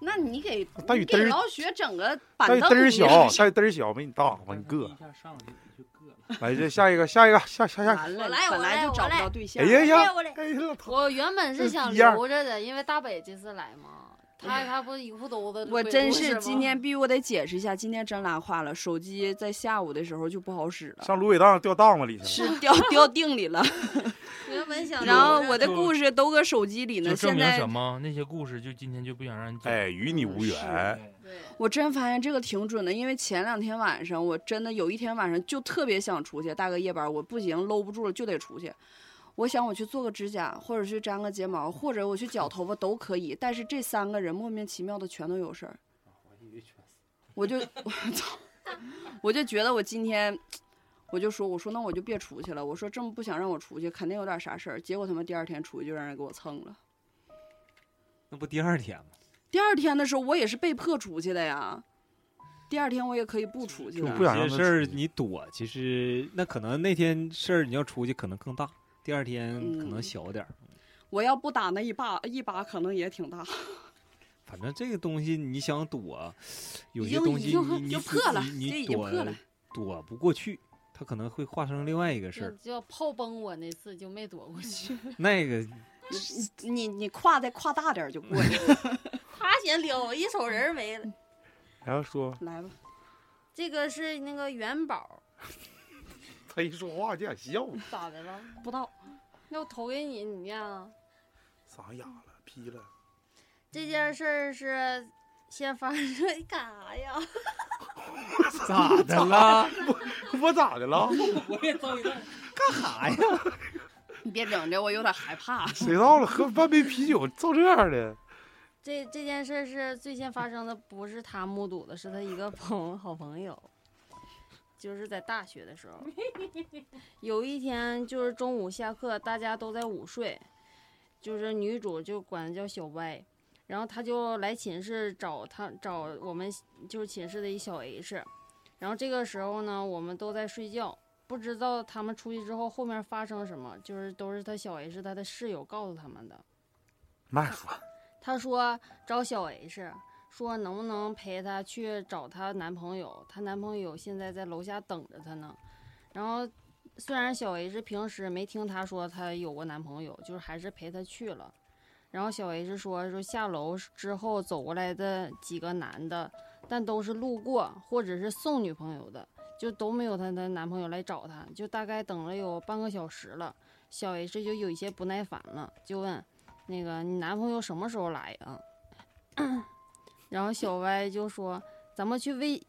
B: 那你给
D: 大
B: 你
D: 雨
B: 给
D: 嘚儿
B: 老雪整个板
D: 但
B: 凳
D: 嘚儿
B: 你
D: 小，但嘚儿小没你大，完你硌
H: 一。下上去就硌了。
D: 来，这下一个，下一个，下 下下，
B: 完
A: 我
B: 了
A: 来，我
B: 本来
A: 来
B: 就
A: 我
B: 找不
A: 来
B: 着对象
D: 哎
B: 了。
D: 呀呀，
A: 我来
D: 哎呀，老头，
A: 我原本是想留着的，因为大北这次来嘛，他他不一裤兜子鬼故事吗。
B: 哎我真是今天必须我得解释一下，今天真拉胯了，手机在下午的时候就不好使了。
D: 上芦苇荡掉荡子里去了。
B: 是掉掉腚里了，
A: 原本想留着，
B: 然后我的
H: 就
B: 故事都搁手机里呢。
H: 就
B: 现
H: 证明
B: 在
H: 什么？那些故事就今天就不想让你讲。
D: 哎，与你无缘。
H: 哎，
A: 对，
B: 我真发现这个挺准的，因为前两天晚上我真的有一天晚上就特别想出去，大个夜班我不行，搂不住了就得出去。我想我去做个指甲，或者去粘个睫毛，或者我去绞头发都可以。但是这三个人莫名其妙的全都有事儿，我就我操，我就觉得我今天。我就说，我说那我就别出去了。我说这么不想让我出去，肯定有点啥事儿。结果他们第二天出去就让人给我蹭了。
F: 那不第二天吗？
B: 第二天的时候，我也是被迫出去的呀。第二天我也可以不出去
D: 就
B: 的
D: 不。想
F: 有
D: 让
F: 些
D: 他
F: 事儿
D: 出去
F: 你躲，其实那可能那天事儿你要出去可能更大。第二天可能
B: 嗯
F: 小点儿。
B: 我要不打那一把一把，可能也挺大。
F: 反正这个东西你想躲，有
B: 已
F: 些
B: 经
F: 东
B: 已
F: 西
B: 经
F: 你你
B: 就破了
F: 你
B: 这
F: 你
B: 已经
F: 躲
B: 破了
F: 躲不过去，它可能会化成另外一个事
A: 就
F: 儿。
A: 就炮崩我那次就没躲过去，
F: 那个
B: 你你跨再跨大点儿就过去了。
I: 他先撩，我一瞅人儿没了。
D: 还要说
B: 来吧，
I: 这个是那个元宝，
J: 他一说话就想笑，
A: 咋的了？
B: 不到
A: 要投给你，你念啊？
D: 嗓哑了，劈了，
I: 这件事儿是先发生干啥呀？
F: 咋 的了？
J: 我咋的了？
F: 干啥呀？
B: 你别整这，我有点害怕。
D: 谁到了喝半杯啤酒造这样的？
I: 这这件事儿是最先发生的，不是他目睹的，是他一个朋好朋友，就是在大学的时候，有一天就是中午下课，大家都在午睡，就是女主就管她叫小歪，然后她就来寝室找她找我们就是寝室的一小 H，然后这个时候呢，我们都在睡觉。不知道他们出去之后后面发生什么，就是都是他小 H 他的室友告诉他们的。
D: 慢说，
I: 她说找小 H，说能不能陪她去找她男朋友，她男朋友现在在楼下等着她呢。然后虽然小 H 平时没听她说她有过男朋友，就是还是陪她去了。然后小 H 说说下楼之后走过来的几个男的，但都是路过或者是送女朋友的，就都没有她的男朋友来找她，就大概等了有半个小时了。小 H 就有一些不耐烦了，就问那个你男朋友什么时候来啊？ 然后小歪就说：“咱们去微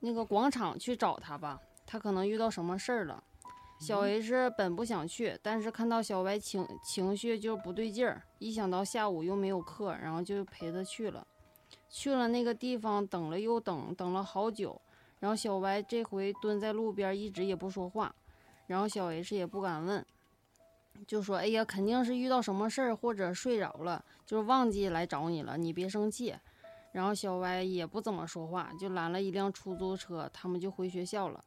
I: 那个广场去找他吧，他可能遇到什么事儿了。”小 H 本不想去，但是看到小歪情情绪就不对劲儿，一想到下午又没有课，然后就陪他去了。去了那个地方，等了又等，等了好久。然后小歪这回蹲在路边，一直也不说话，然后小 H 也不敢问，就说：“哎呀，肯定是遇到什么事儿或者睡着了，就是忘记来找你了，你别生气。”然后小歪也不怎么说话，就拦了一辆出租车，他们就回学校了。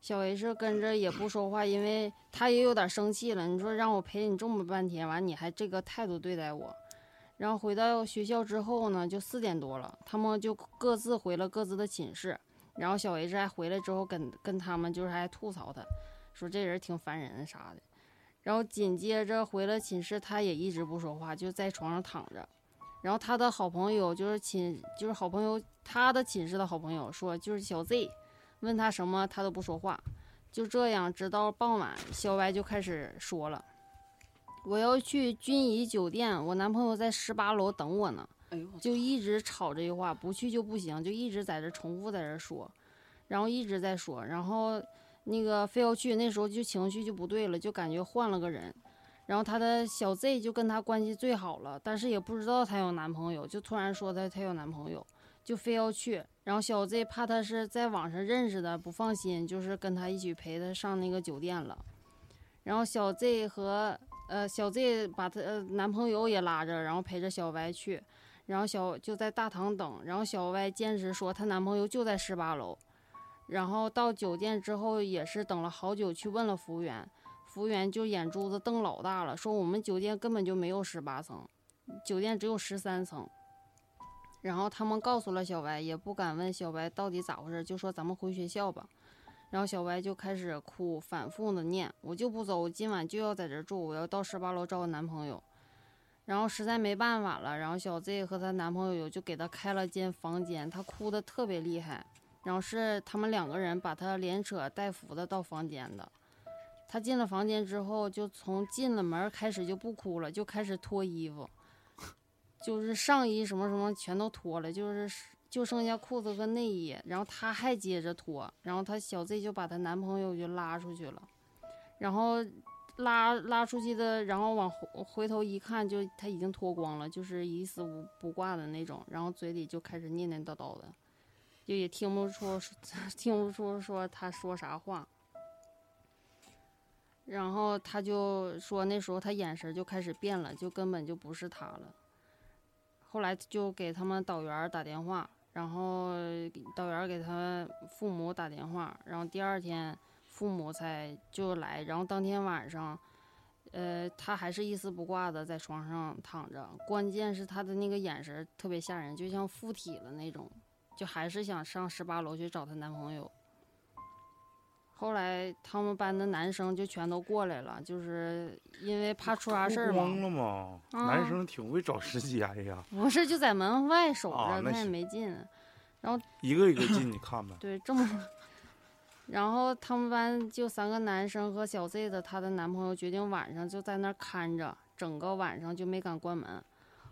I: 小 H 跟着也不说话，因为他也有点生气了。你说让我陪你这么半天，完你还这个态度对待我。然后回到学校之后呢，就四点多了，他们就各自回了各自的寝室。然后小 H 还回来之后跟跟他们就是还吐槽他，说这人挺烦人啊啥的。然后紧接着回了寝室，他也一直不说话，就在床上躺着。然后他的好朋友就是寝，就是好朋友，他的寝室的好朋友说就是小 Z，问他什么他都不说话，就这样直到傍晚，小歪就开始说了，我要去君怡酒店，我男朋友在十八楼等我呢。
B: 哎呦，
I: 就一直吵这句话，不去就不行，就一直在这重复在这说，然后一直在说，然后那个非要去，那时候就情绪就不对了，就感觉换了个人。然后她的小 Z 就跟她关系最好了，但是也不知道她有男朋友，就突然说她她有男朋友，就非要去。然后小 Z 怕她是在网上认识的，不放心，就是跟她一起陪她上那个酒店了。然后小 Z 和呃小 Z 把她、呃、男朋友也拉着，然后陪着小歪去。然后小就在大堂等，然后小歪坚持说她男朋友就在十八楼，然后到酒店之后也是等了好久，去问了服务员，服务员就眼珠子瞪老大了，说我们酒店根本就没有十八层，酒店只有十三层。然后他们告诉了小歪，也不敢问小歪到底咋回事，就说咱们回学校吧。然后小歪就开始哭，反复的念：“我就不走，我今晚就要在这儿住，我要到十八楼找我男朋友。”然后实在没办法了，然后小 Z 和她男朋友就给她开了间房间，她哭得特别厉害，然后是他们两个人把她连扯带扶的到房间的。她进了房间之后，就从进了门开始就不哭了，就开始脱衣服，就是上衣什么什么全都脱了，就是就剩下裤子和内衣，然后她还接着脱，然后她小 Z 就把她男朋友就拉出去了，然后拉拉出去的，然后往回回头一看，就他已经脱光了，就是一丝不不挂的那种，然后嘴里就开始念念叨叨的，就也听不出 听不出说他说啥话。然后他就说那时候他眼神就开始变了，就根本就不是他了。后来就给他们导员儿打电话，然后导员儿给他们父母打电话，然后第二天父母才就来，然后当天晚上，呃，她还是一丝不挂的在床上躺着，关键是她的那个眼神儿特别吓人，就像附体了那种，就还是想上十八楼去找她男朋友。后来他们班的男生就全都过来了，就是因为怕出啥事儿
D: 不光
I: 嘛。
D: 了吗？
I: 啊
D: 男生挺会找时间呀，
I: 不是，就在门外守
D: 啊
I: 着，
D: 那
I: 他也
D: 行
I: 没进。
D: 一个一个进，你看呗。
I: 对，这么。 然后他们班就三个男生和小 Z 的她的男朋友决定晚上就在那儿看着，整个晚上就没敢关门。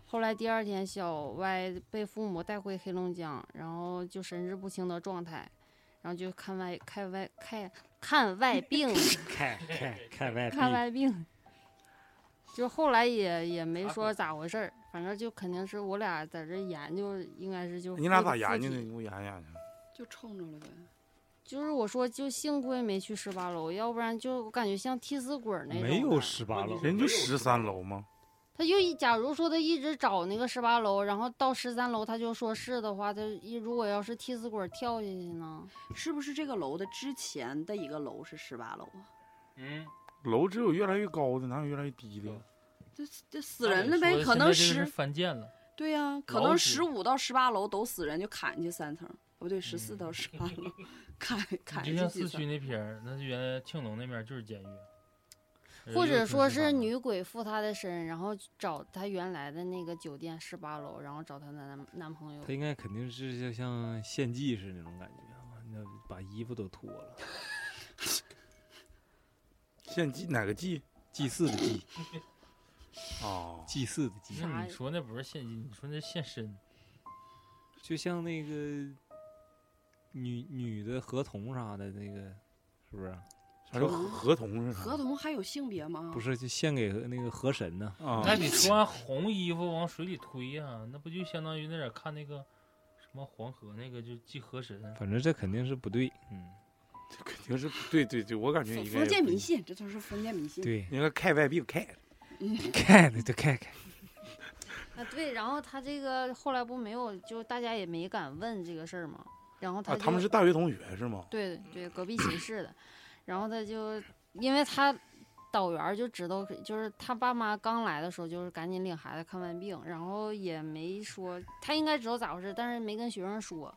I: 后来第二天，小歪被父母带回黑龙江，然后就神志不清的状态，然后就看外看外看看外病，
F: 看看看外
I: 看外病。就后来也也没说咋回事儿，反正就肯定是我俩在这研究，应该是就是
D: 你俩
I: 附
D: 咋
I: 附
D: 研究
I: 体
D: 的？你给我研究研究。
B: 就冲着了呗。
I: 就是我说，就幸亏没去十八楼，要不然就我感觉像替死鬼儿那种的。
F: 没有十八楼，
D: 人就十三楼吗？
I: 他就一，假如说他一直找那个十八楼，然后到十三楼他就说是的话，他一如果要是替死鬼儿跳下去呢？
B: 是不是这个楼的之前的一个楼是十八楼啊？
H: 嗯，
D: 楼只有越来越高的，哪有越来越低的？
B: 这这
H: 哎
B: 死人了呗，可能十
H: 翻建了，
B: 对呀、可
H: 老
B: 能
H: 虎
B: 十五到十八楼都死人，就砍去三层，不对，十四到十八楼，砍砍
H: 就
B: 去
H: 像
B: 几
H: 四区
B: 层。
H: 那片儿，那原来庆隆那边就是监狱，呃
I: 或者说是女鬼附他的身，然后找他原来的那个酒店十八楼，然后找她男男朋友
F: 他。应该肯定是就像献祭似的那种感觉啊，那把衣服都脱了，
D: 献祭哪个祭？
F: 祭祀的 祭，
D: 哦，
F: 祭祀的祭，
H: 那你说那不是现金，你说那现身，
F: 就像那个女女的合同啥的那个，是不是？
D: 啥叫合合同是啥？
B: 合同还有性别吗？
F: 不是，就献给那个河神呢？
D: 啊，
H: 那你穿红衣服往水里推呀、那不就相当于那点儿看那个什么黄河那个就祭河神，啊
F: 反正这肯定是不对，嗯，
D: 这肯定是对对对，我感觉
B: 封
D: 应该
B: 封建迷，信，这都是封建迷信。
F: 对，
D: 应该开外病开。
F: 看的就看看，
I: 啊，对，然后他这个后来不没有，就大家也没敢问这个事儿嘛。然后他、
D: 啊，他们是大学同学是吗？
I: 对对，隔壁寝室的。然后他就，因为他导员儿就知道，就是他爸妈刚来的时候，就是赶紧领孩子看完病，然后也没说，他应该知道咋回事，但是没跟学生说。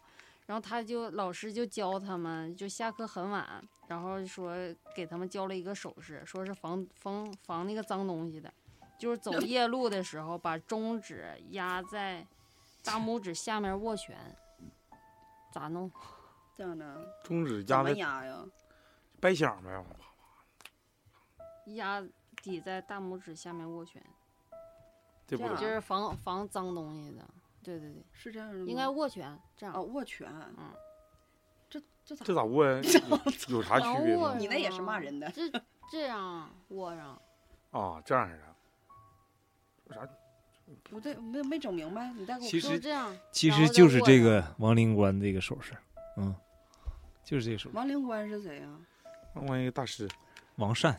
I: 然后他就老师就教他们，就下课很晚，然后说给他们教了一个手势，说是防防防那个脏东西的，就是走夜路的时候把中指压在大拇指下面握拳，咋弄？
B: 这样的
D: 中指
B: 怎
D: 夹
B: 么
D: 在
B: 压呀？
D: 掰响呗，
I: 压抵在大拇指下面握拳，
D: 这不
B: 这
I: 就
B: 样
D: 是
I: 是防防脏东西的。对对对，
B: 是这样的吗？
I: 应该握拳这样。
B: 啊，握拳。
I: 嗯，
B: 这这咋
D: 这？咋握呀？有有啥
I: 然后
D: 区别
I: 握
D: 吗？
B: 你那也是骂
I: 上
B: 人的
I: 这这样握上，
D: 啊，这样式的。
B: 不对，没没整明白，你再给我
F: 其
I: 就
F: 实
I: 是这样。
F: 其
I: 然
F: 实
I: 后再
F: 就是
I: 握
F: 这
I: 上
F: 个亡灵关这个手势，嗯，就是这个手势，
B: 王灵官是谁啊？
D: 我一个大师
F: 王善，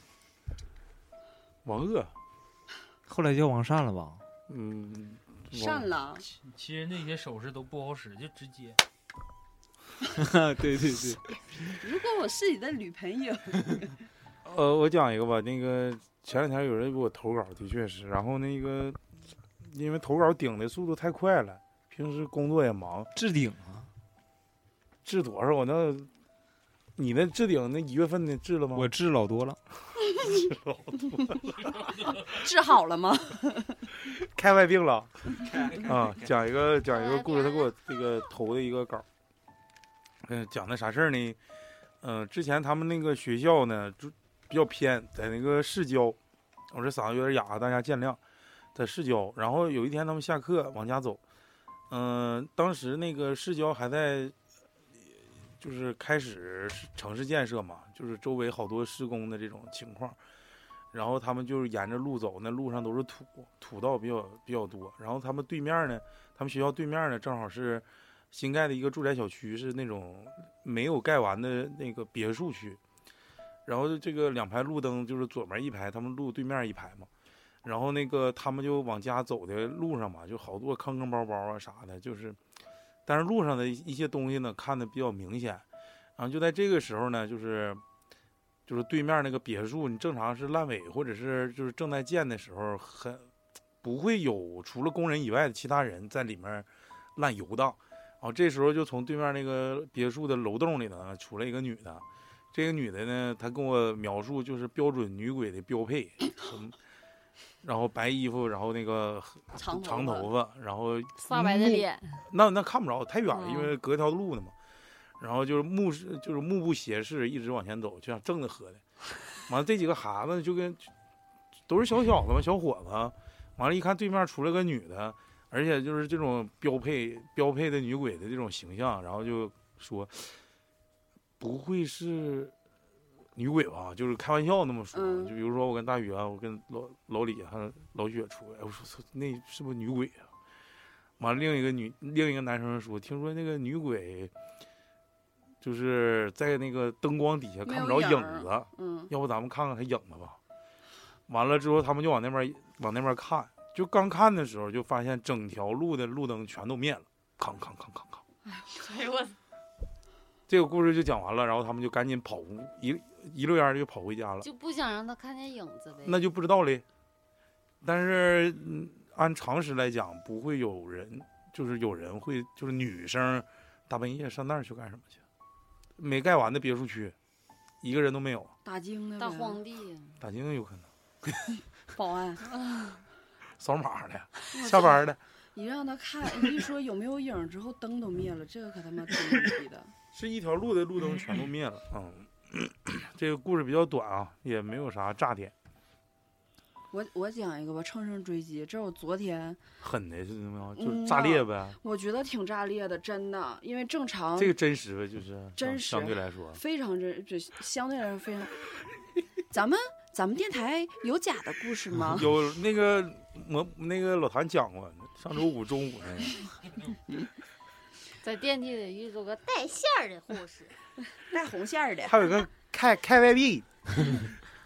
D: 王鄂，
F: 后来叫王善了吧？
D: 嗯，王
B: 善了，
H: 其实那些手势都不好使，就直接。
F: 啊对对对，
B: 如果我是你的女朋友，
D: 呃，我讲一个吧，那个前两天有人给我投稿，的确是，然后那个因为投稿顶的速度太快了，平时工作也忙，
F: 置顶啊，
D: 置多少我那，你那置顶那一月份的置了吗？
F: 我置老多了，
B: 治好了 吗？
D: 开外病了，啊，讲一个讲一个故事，他
I: 开外病
D: 给我这个投的一个稿儿，嗯、讲的啥事儿呢？嗯、之前他们那个学校呢，就比较偏，在那个市郊，我这嗓子有点哑，大家见谅，在市郊。然后有一天他们下课往家走，嗯、当时那个市郊还在，就是开始城市建设嘛，就是周围好多施工的这种情况。然后他们就是沿着路走，那路上都是土，土道比较比较多。然后他们对面呢，他们学校对面呢，正好是新盖的一个住宅小区，是那种没有盖完的那个别墅区。然后这个两排路灯就是左面一排，他们路对面一排嘛。然后那个他们就往家走的路上嘛，就好多坑坑包包啊啥的，就是，但是路上的一一些东西呢，看的比较明显。然后就在这个时候呢，就是就是对面那个别墅，你正常是烂尾或者是就是正在建的时候，很不会有除了工人以外的其他人在里面乱游荡。哦，这时候就从对面那个别墅的楼栋里呢出来一个女的，这个女的呢，她跟我描述就是标准女鬼的标配， 什么，然后白衣服，然后那个
B: 长
D: 长
B: 头
D: 头发，然后
A: 发白的
D: 目
A: 脸，
D: 那那看不着，太远了，因
A: 嗯
D: 为隔一条路呢嘛。然后就是目视，就是目不斜视，一直往前走，就想正着喝的。完了，这几个孩子就跟都是小小子嘛，小伙子。完了，一看对面出来个女的，而且就是这种标配标配的女鬼的这种形象，然后就说：“不会是女鬼吧？”就是开玩笑那么说。
B: 嗯
D: 就比如说我跟大宇啊，我跟老老李啊还有老雪出来，我说操那是不是女鬼啊？完了，另一个女另一个男生说：“听说那个女鬼。”就是在那个灯光底下
B: 没
D: 看不
B: 有
D: 着
B: 影
D: 影
B: 儿
D: 子，
B: 嗯，
D: 要不咱们看看他影子吧。完了之后，他们就往那边儿往那边儿看，就刚看的时候，就发现整条路的路灯全都灭了，扛扛扛扛扛。
A: 哎呦我
D: 这个故事就讲完了，然后他们就赶紧跑屋，一一溜烟儿就跑回家了。
A: 就不想让他看见影子呗。
D: 那就不知道嘞。但是嗯按常识来讲，不会有人，就是有人会，就是女生大半夜上那儿去干什么去？没盖完的别墅区，一个人都没有，
B: 打更的
A: 大
B: 呗
A: 荒地呀，
D: 打更有可能，
B: 保安，
D: 扫码的，
B: 我
D: 下班的。
B: 一让他看，一说有没有影儿之后灯都灭了，这个可他妈挺牛逼的。
D: 是一条路的路灯全都灭了。嗯， 这个故事比较短啊，也没有啥炸点，
B: 我我讲一个吧，乘胜追击，这是我昨天
D: 狠的是什么？就
B: 嗯
D: 是炸裂呗，
B: 我觉得挺炸裂的，真的，因为正常
D: 这个啊真实啊呗，就是相
B: 真实
D: 相对来说，
B: 非常真，就相对来说非常。咱们咱们电台有假的故事吗？
D: 有那个我那个老谭讲过，上周五中午那个，
A: 在电梯里遇着个带线儿的护士，
B: 带红线儿的，
J: 还有个开开外币，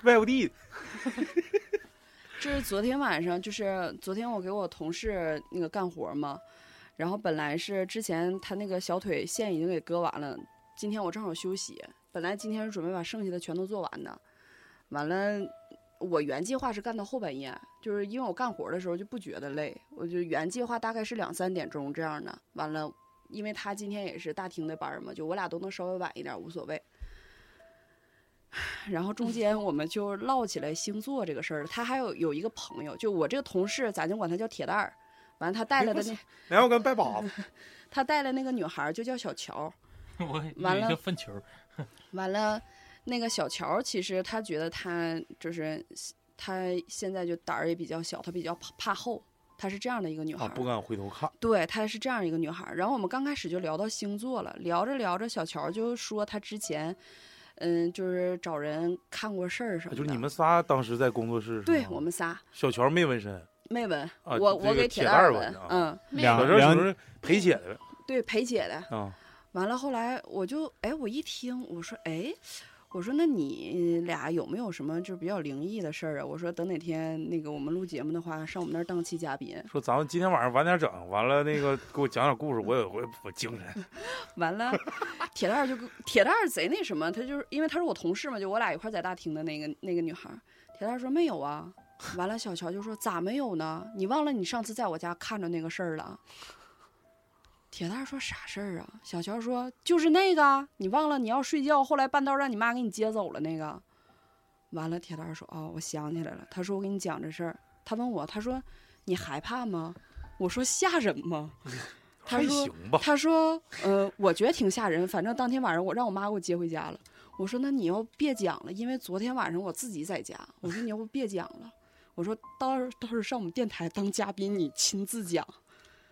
J: 外务地
B: 这是昨天晚上，就是昨天我给我同事那个干活嘛，然后本来是之前他那个小腿线已经给割完了，今天我正好休息，本来今天是准备把剩下的全都做完的，完了我原计划是干到后半夜，就是因为我干活的时候就不觉得累，我就原计划大概是两三点钟这样的，完了因为他今天也是大厅的班儿嘛，就我俩都能稍微晚一点无所谓。然后中间我们就唠起来星座这个事儿。他还有有一个朋友，就我这个同事，咱就管他叫铁蛋儿。完，他带来的那
D: 然后跟拜把子，
B: 他带来那个女孩儿就叫小乔。
H: 我以
B: 完
H: 为
B: 了
H: 叫粪球儿，
B: 完了，那个小乔其实他觉得他就是他现在就胆儿也比较小，他比较怕怕后，她是这样的一个女孩
D: 啊
B: 儿。
D: 不敢回头看，
B: 对，她是这样一个女孩儿。然后我们刚开始就聊到星座了，聊着聊着，小乔就说她之前，嗯，就是找人看过事儿什么的。
D: 啊就是你们仨当时在工作室是吗，
B: 对我们仨
D: 小乔没纹身，
B: 没纹，我
D: 啊这
B: 我
D: 个
B: 给
D: 铁
B: 蛋
D: 蛋
B: 儿
D: 儿
B: 纹
D: 纹的，啊
B: 嗯，
D: 小乔
F: 两
D: 可能
F: 两
D: 是陪姐的
B: 对，陪姐的。
D: 啊，
B: 完了，后来我就哎，我一听我说哎，我说那你俩有没有什么就是比较灵异的事儿啊？我说等哪天那个我们录节目的话，上我们那儿当期嘉宾。
D: 说咱们今天晚上晚点整，完了那个给我讲讲故事，我有回我精神，
B: 完了，铁蛋儿就跟铁蛋儿贼那什么，他就是因为他是我同事嘛，就我俩一块儿在大厅的那个那个女孩儿。铁蛋儿说没有啊。完了，小乔就说咋没有呢？你忘了你上次在我家看着那个事儿了？铁蛋儿说啥事儿啊？小乔说就是那个啊，你忘了你要睡觉，后来半道儿让你妈给你接走了那个。完了，铁蛋儿说哦，我想起来了。他说我给你讲这事儿。他问我，他说你害怕吗？我说吓人吗？他
D: 还
B: 说
D: 行吧，
B: 他说：“呃，我觉得挺吓人，反正当天晚上我让我妈给我接回家了。”我说：“那你要别讲了，因为昨天晚上我自己在家。”我说：“你要不别讲了？”我说：“到时候到时候上我们电台当嘉宾，你亲自讲。”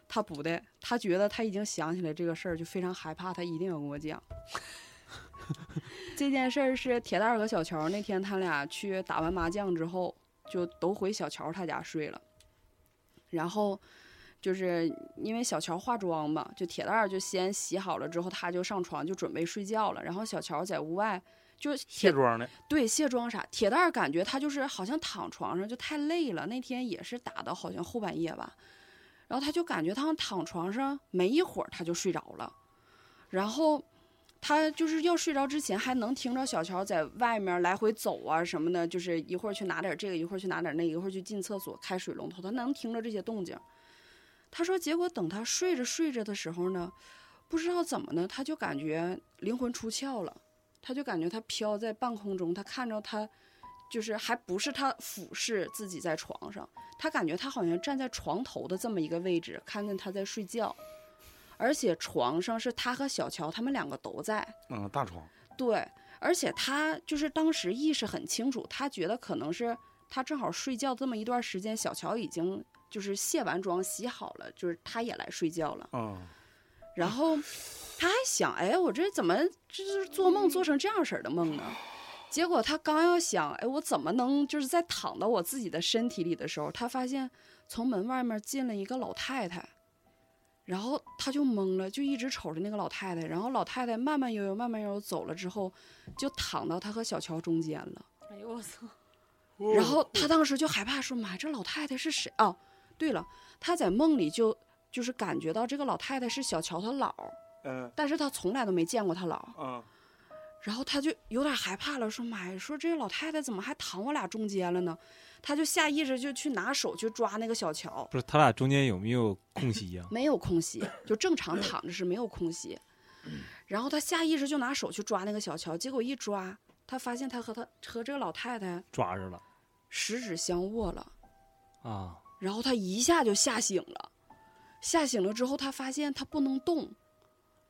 B: 他不的，他觉得他已经想起来这个事儿，就非常害怕，他一定要跟我讲。这件事儿是铁蛋儿和小乔那天他俩去打完麻将之后，就都回小乔他家睡了，然后。就是因为小乔化妆嘛，就铁蛋儿就先洗好了之后，他就上床就准备睡觉了。然后小乔在屋外就
D: 卸
B: 铁
D: 妆的，
B: 对卸妆啥，铁蛋儿感觉他就是好像躺床上就太累了，那天也是打到好像后半夜吧，然后他就感觉他好像躺床上没一会儿他就睡着了，然后她就是要睡着之前还能听着小乔在外面来回走啊什么的，就是一会儿去拿点这个，一会儿去拿点那个，一会儿去进厕所开水龙头，她能听着这些动静。她说，结果等她睡着睡着的时候呢，不知道怎么呢，她就感觉灵魂出窍了，她就感觉她飘在半空中，她看着她。就是还不是她俯视自己在床上，她感觉她好像站在床头的这么一个位置，看见她在睡觉，而且床上是她和小乔他们两个都在，
D: 嗯，大床，
B: 对，而且她就是当时意识很清楚，她觉得可能是她正好睡觉这么一段时间，小乔已经就是卸完妆洗好了，就是她也来睡觉了，
D: 嗯，
B: 然后她还想，哎，我这怎么这是做梦做成这样式儿的梦呢？结果她刚要想，哎，我怎么能就是在躺到我自己的身体里的时候，她发现从门外面进了一个老太太，然后她就懵了，就一直瞅着那个老太太，然后老太太慢慢悠悠、慢慢悠悠走了之后，就躺到她和小乔中间了。
A: 哎呦我操！
D: 哦
B: 然后他当时就害怕说：“妈，这老太太是谁？”哦，对了，他在梦里就就是感觉到这个老太太是小乔他姥儿，
D: 嗯
B: 但是他从来都没见过他姥儿。
D: 嗯，
B: 然后他就有点害怕了，说：“妈呀，说这老太太怎么还躺我俩中间了呢？”他就下意识就去拿手去抓那个小乔，
F: 不是他俩中间有没有空隙啊呀、
B: 没有空隙，就正常躺着是没有空隙。 然后他下意识就拿手去抓那个小乔，结果一抓，他发现他和他和这个老太太
F: 抓着了
B: 十指相握了。
F: 啊！
B: 然后他一下就吓醒了，吓醒了之后，他发现他不能动，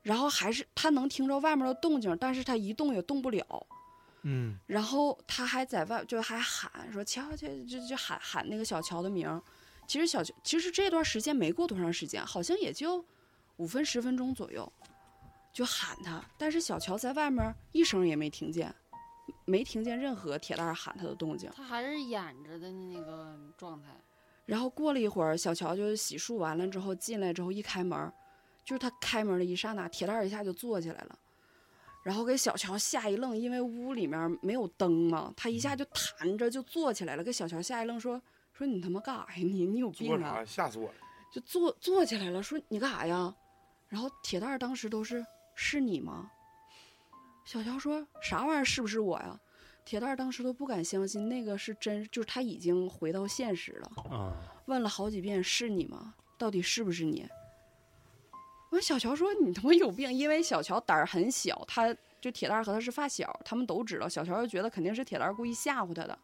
B: 然后还是他能听着外面的动静，但是他一动也动不了。
F: 嗯，
B: 然后他还在外就还喊说乔乔，就就喊喊那个小乔的名儿。其实小乔其实这段时间没过多长时间，好像也就五分十分钟左右，就喊他，但是小乔在外面一声也没听见，没听见任何铁蛋儿喊他的动静。
A: 他还是演着的那个状态。
B: 然后过了一会儿，小乔就洗漱完了之后进来之后一开门儿，就是他开门的一刹那，铁蛋儿一下就坐起来了，然后给小乔吓一愣，因为屋里面没有灯嘛，他一
D: 嗯
B: 下就弹着就坐起来了，给小乔吓一愣说，说你他妈干啥呀？你你有病
D: 做
B: 啊
D: 啥？？吓死我了！
B: 就坐坐起来了，说你干啥呀？然后铁蛋儿当时都是是你吗？小乔说啥玩意儿？是不是我呀？铁蛋儿当时都不敢相信那个是真，就是他已经回到现实了。
F: 啊，
B: 问了好几遍是你吗？到底是不是你？完，小乔说你他妈有病，因为小乔胆儿很小，他就铁蛋儿和他是发小，他们都知道。小乔就觉得肯定是铁蛋儿故意吓唬他的。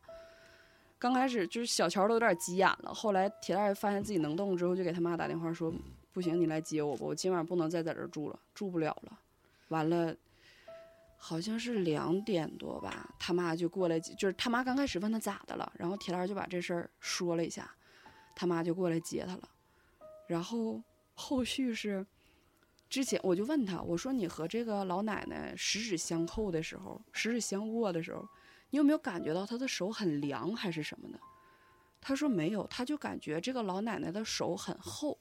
B: 刚开始就是小乔都有点急眼了，后来铁蛋儿发现自己能动之后，就给他妈打电话说：“不行，你来接我吧，我今晚不能再在这儿住了，住不了了。”完了，好像是两点多吧，他妈就过来，就是他妈刚开始问他咋的了，然后铁蛋儿就把这事儿说了一下，他妈就过来接他了。然后后续是，之前我就问他，我说你和这个老奶奶十指相扣的时候，十指相握的时候，你有没有感觉到她的手很凉还是什么的？他说没有，他就感觉这个老奶奶的手很厚。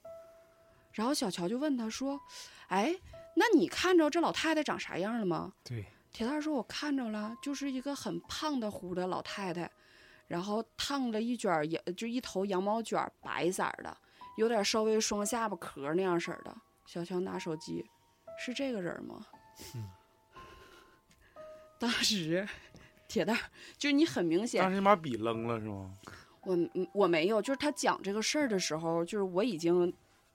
B: 然后小乔就问他说：“哎，那你看着这老太太长啥样了吗？”
F: 对，
B: 铁蛋儿说：“我看着了，就是一个很胖的乎的老太太，然后烫着一卷儿羊，就一头羊毛卷儿，白色儿的，有点稍微双下巴壳儿那样式儿的。”小乔拿手机，是这个人儿吗？ 当时，铁蛋儿就是你很明显
D: 当，时你把笔扔了是吗？
B: 我嗯我没有，就是他讲这个事儿的时候，就是我已经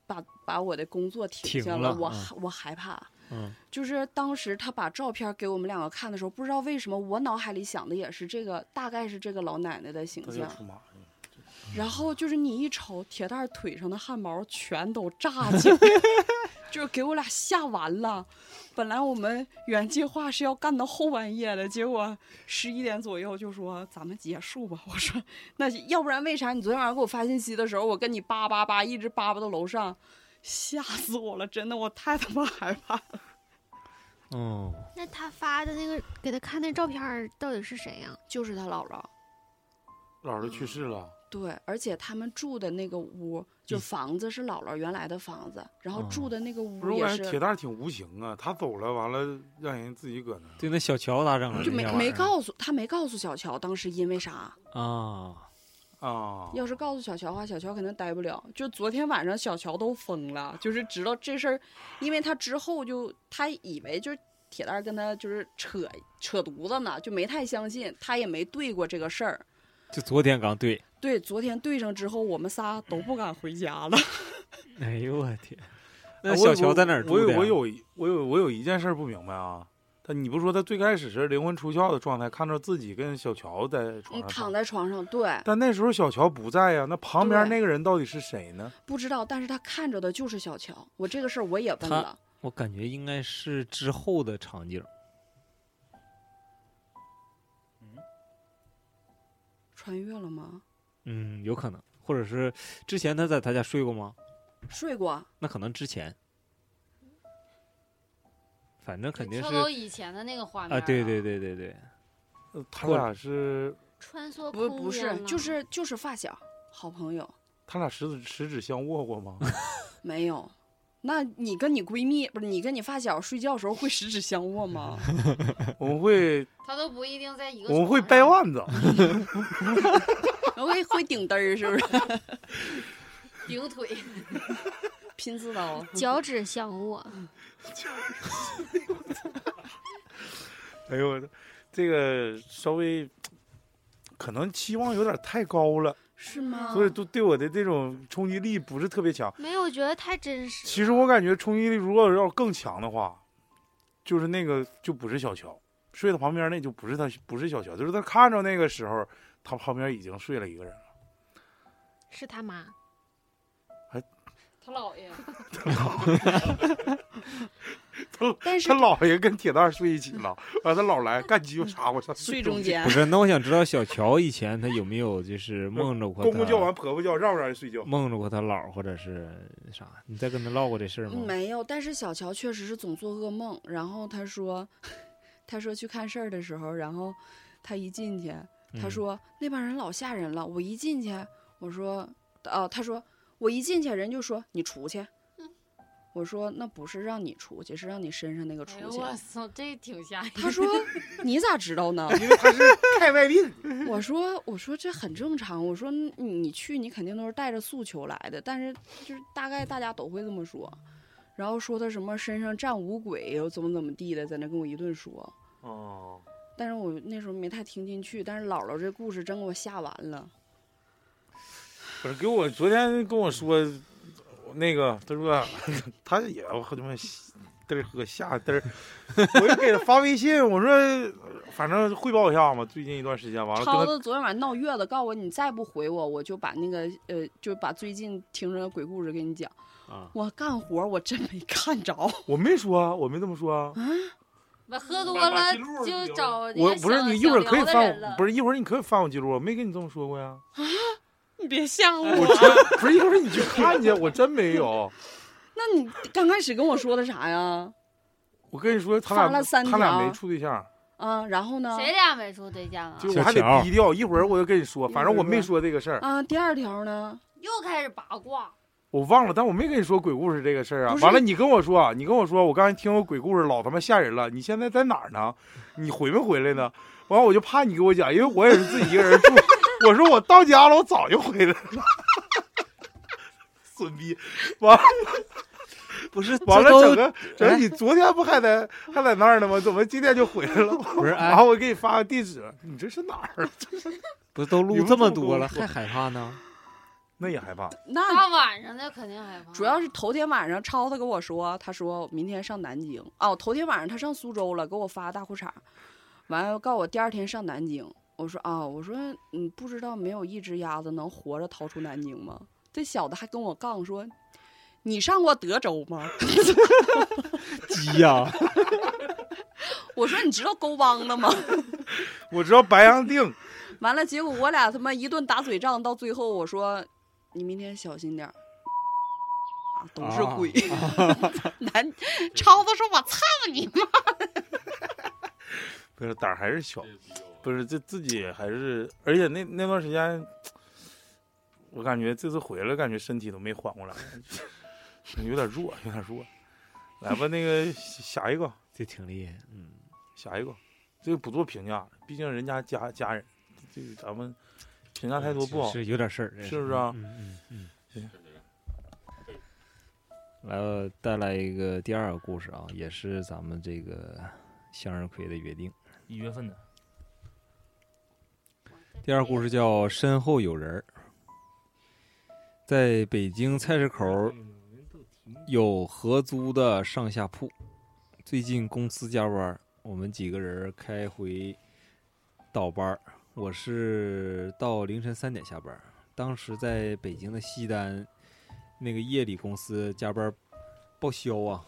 B: 把把我的工作停
F: 停
B: 下
F: 了
B: 我
F: 嗯
B: 害我害怕。
F: 嗯，
B: 就是当时他把照片给我们两个看的时候，不知道为什么我脑海里想的也是这个，大概是这个老奶奶的形
D: 他就
B: 象。
D: 出马了。
B: 然后就是你一瞅铁蛋儿腿上的汗毛全都炸起来，就是给我俩吓完了。本来我们原计划是要干到后半夜的，结果十一点左右就说咱们结束吧。我说那要不然为啥你昨天晚上给我发信息的时候，我跟你叭叭叭一直叭叭到楼上，吓死我了！真的，我太他妈害怕了。
F: 哦，
G: 那他发的那个给他看那照片儿到底是谁呀、
B: 就是他姥姥，
D: 姥姥去世了，
B: 对，而且他们住的那个屋，就
F: 嗯
B: 房子是姥姥原来的房子，然后
F: 哦
B: 住的那个
D: 不是
B: 屋嗯
D: 我
B: 也
D: 感
B: 是
D: 觉铁蛋儿挺无情啊，他走了，完了让人自己搁那儿。
F: 对，那小乔咋整啊？
B: 就没
F: 那天晚
B: 没
F: 上
B: 告诉他没告诉小乔当时因为啥，
F: 啊，
D: 啊，
B: 要是告诉小乔的话，小乔肯定待不了。就昨天晚上小乔都疯了，就是知道这事儿，因为他之后就他以为就是铁蛋儿跟他就是扯扯犊子呢，就没太相信，他也没对过这个事儿。
F: 就昨天刚对，
B: 对，昨天对上之后，我们仨都不敢回家了。
F: 哎呦我天，那
D: 我
F: 哎小
D: 有
F: 乔在哪儿
D: 我
F: 住
D: 有
F: 的呀？
D: 我有一我有我有一件事儿不明白啊，他你不说他最开始是灵魂出窍的状态，看着自己跟小乔在床
F: 嗯
B: 你嗯
D: 上
F: 啊
B: 躺
D: 躺，
B: 在床上，对，
D: 但那时候小乔不在呀、那旁边
B: 对
D: 那个人到底是谁呢？
B: 不知道，但是他看着的就是小乔。我这个事儿我也问
F: 他
B: 了，
F: 我感觉应该是之后的场景，
B: 穿越了吗？
F: 嗯，有可能，或者是之前他在他家睡过吗？
B: 睡过，
F: 那可能之前，反正肯定
A: 跳
F: 是
A: 到以前的那个画面
F: 啊，对
A: 了
F: 对对对对，
D: 呃他俩是
I: 穿梭
B: 不
I: 空
B: 不是
I: 间，呢
B: 就是就是发小，好朋友，
D: 他俩十指十指相握过 吗？
B: 没有。那你跟你闺蜜不是你跟你发小睡觉时候会十指相握吗？
D: 我们会
A: 他都不一定在一个
D: 我
A: 床上。
D: 们会掰腕子，
B: 然后会会顶嘚儿是不是？
A: 顶 腿，
B: 拼刺刀，
G: 脚趾相握，
D: 哎呦我的，这个稍微可能期望有点太高了，
B: 是吗？
D: 所以都对我的这种冲击力不是特别强。
G: 没有，我觉得太真实了。
D: 其实我感觉冲击力如果要更强的话，就是那个就不是小乔，睡他旁边那就不是他，不是小乔，就是他看着那个时候，他旁边已经睡了一个人了。
G: 是他妈，
A: 他姥爷。
B: 但是
D: 他姥爷跟铁蛋儿睡一起了，完他老来干鸡巴啥，我操，
B: 睡中间
F: 不，是？那我想知道小乔以前他有没有就是梦着过
D: 公公叫
F: 他
D: 完婆婆叫，让不让人睡觉？
F: 梦着过他姥儿或者是啥？你在跟他唠过这事儿吗？
B: 嗯没有。但是小乔确实是总做噩梦，然后他说， 他说去看事儿的时候，然后他一进去，他
F: 嗯
B: 说那帮人老吓人了，我一进去，我说哦，他说我一进去人就说你出去，我说那不是让你出去，是让你身上那个
A: 哎
B: 出
A: 呦
B: 去。
A: 我操，这挺吓人。
B: 他 说你咋知道呢？
D: 因为他是太外病，
B: 我说我说这很正常，我说你你去你肯定都是带着诉求来的，但是就是大概大家都会这么说，然后说他什么身上站五鬼又怎么怎么地的，在那跟我一顿说，
D: 哦，
B: 但是我那时候没太听进去，但是姥姥这故事真给我吓完了。
D: 不是给我昨天跟我说，那个他说他也他妈嘚儿喝下嘚儿，我就给他发微信，我说反正汇报一下嘛，最近一段时间完了
B: 超
D: 跟他
B: 子昨天晚上闹月子，告诉我你再不回我，我就把那个呃，就把最近听着的鬼故事给你讲。
F: 啊，
B: 我干活儿我真没看着，
D: 我没说啊，我没这么说啊，
A: 我喝多
D: 把把
A: 了
D: 记录儿
A: 就
D: 留
A: 找
D: 我不是你一会儿可以翻我，不
A: 是
D: 是一会儿你可以翻我记录，我没跟你这么说过呀，
B: 你别吓我。
D: 我真不是一会儿你去看去，我真没有。
B: 那你刚开始跟我说的啥呀？
D: 我跟你说，他
B: 发
D: 俩
B: 了三
D: 他俩
B: 条
D: 没处对象，
B: 啊，然后呢？
A: 谁俩没处对象啊？
D: 就是
F: 小
D: 我还得
F: 乔
D: 低调。一会儿我就跟你说，反正我没说这个事儿，
B: 啊，第二条呢？
A: 又开始八卦，
D: 我忘了，但我没跟你说鬼故事这个事儿啊
B: 不。是
D: 完了，你跟我说，你跟我说，我刚才听过鬼故事，老他妈吓人了。你现在在哪儿呢？你回没回来呢？完，我就怕你给我讲，因为我也是自己一个人住。我说我到家了，我早就回来了。损逼，完
F: 不是
D: 完了，整个整个
F: 哎
D: 你昨天不还在还在那儿呢吗？怎么今天就回来了？
F: 不是哎
D: 然后我给你发个地址，你这是哪儿？啊
F: 不是都
D: 你
F: 录
D: 们这
F: 这么
D: 么多
F: 多了
D: 说
F: 还害怕呢？
D: 那也害怕。
B: 那
A: 大晚上的肯定害怕。
B: 主要是头天晚上超子跟我说，他说明天上南京。哦，头天晚上他上苏州了，给我发大裤衩儿，完了告诉我第二天上南京。我说啊、我说你不知道没有一只鸭子能活着逃出南京吗？这小子还跟我杠说，你上过德州吗？
F: 鸡呀、
B: 我说你知道勾帮的吗？
D: 我知道白洋淀，
B: 完了，结果我俩他妈一顿打嘴仗，到最后我说你明天小心点儿。啊都是鬼，
F: 啊
B: 男超子说：“我操你妈
D: 不是胆儿还是小，不是这自己还是，而且那那段时间，我感觉这次回来，感觉身体都没缓过来，有点弱，有点弱。来吧，那个下一个，
F: 这挺厉害，嗯，
D: 下一个，这个不做评价，毕竟人家家家人，这个咱们评价太多不好。
F: 是有点事儿，这
D: 是不是啊
F: 嗯嗯嗯。来，我带来一个第二个故事啊，也是咱们这个向日葵的约定。
H: 一月份的，
F: 第二故事叫《身后有人儿》。在北京菜市口有合租的上下铺，最近公司加班，我们几个人开回倒班儿。我是到凌晨三点下班，当时在北京的西单，那个夜里公司加班报销啊。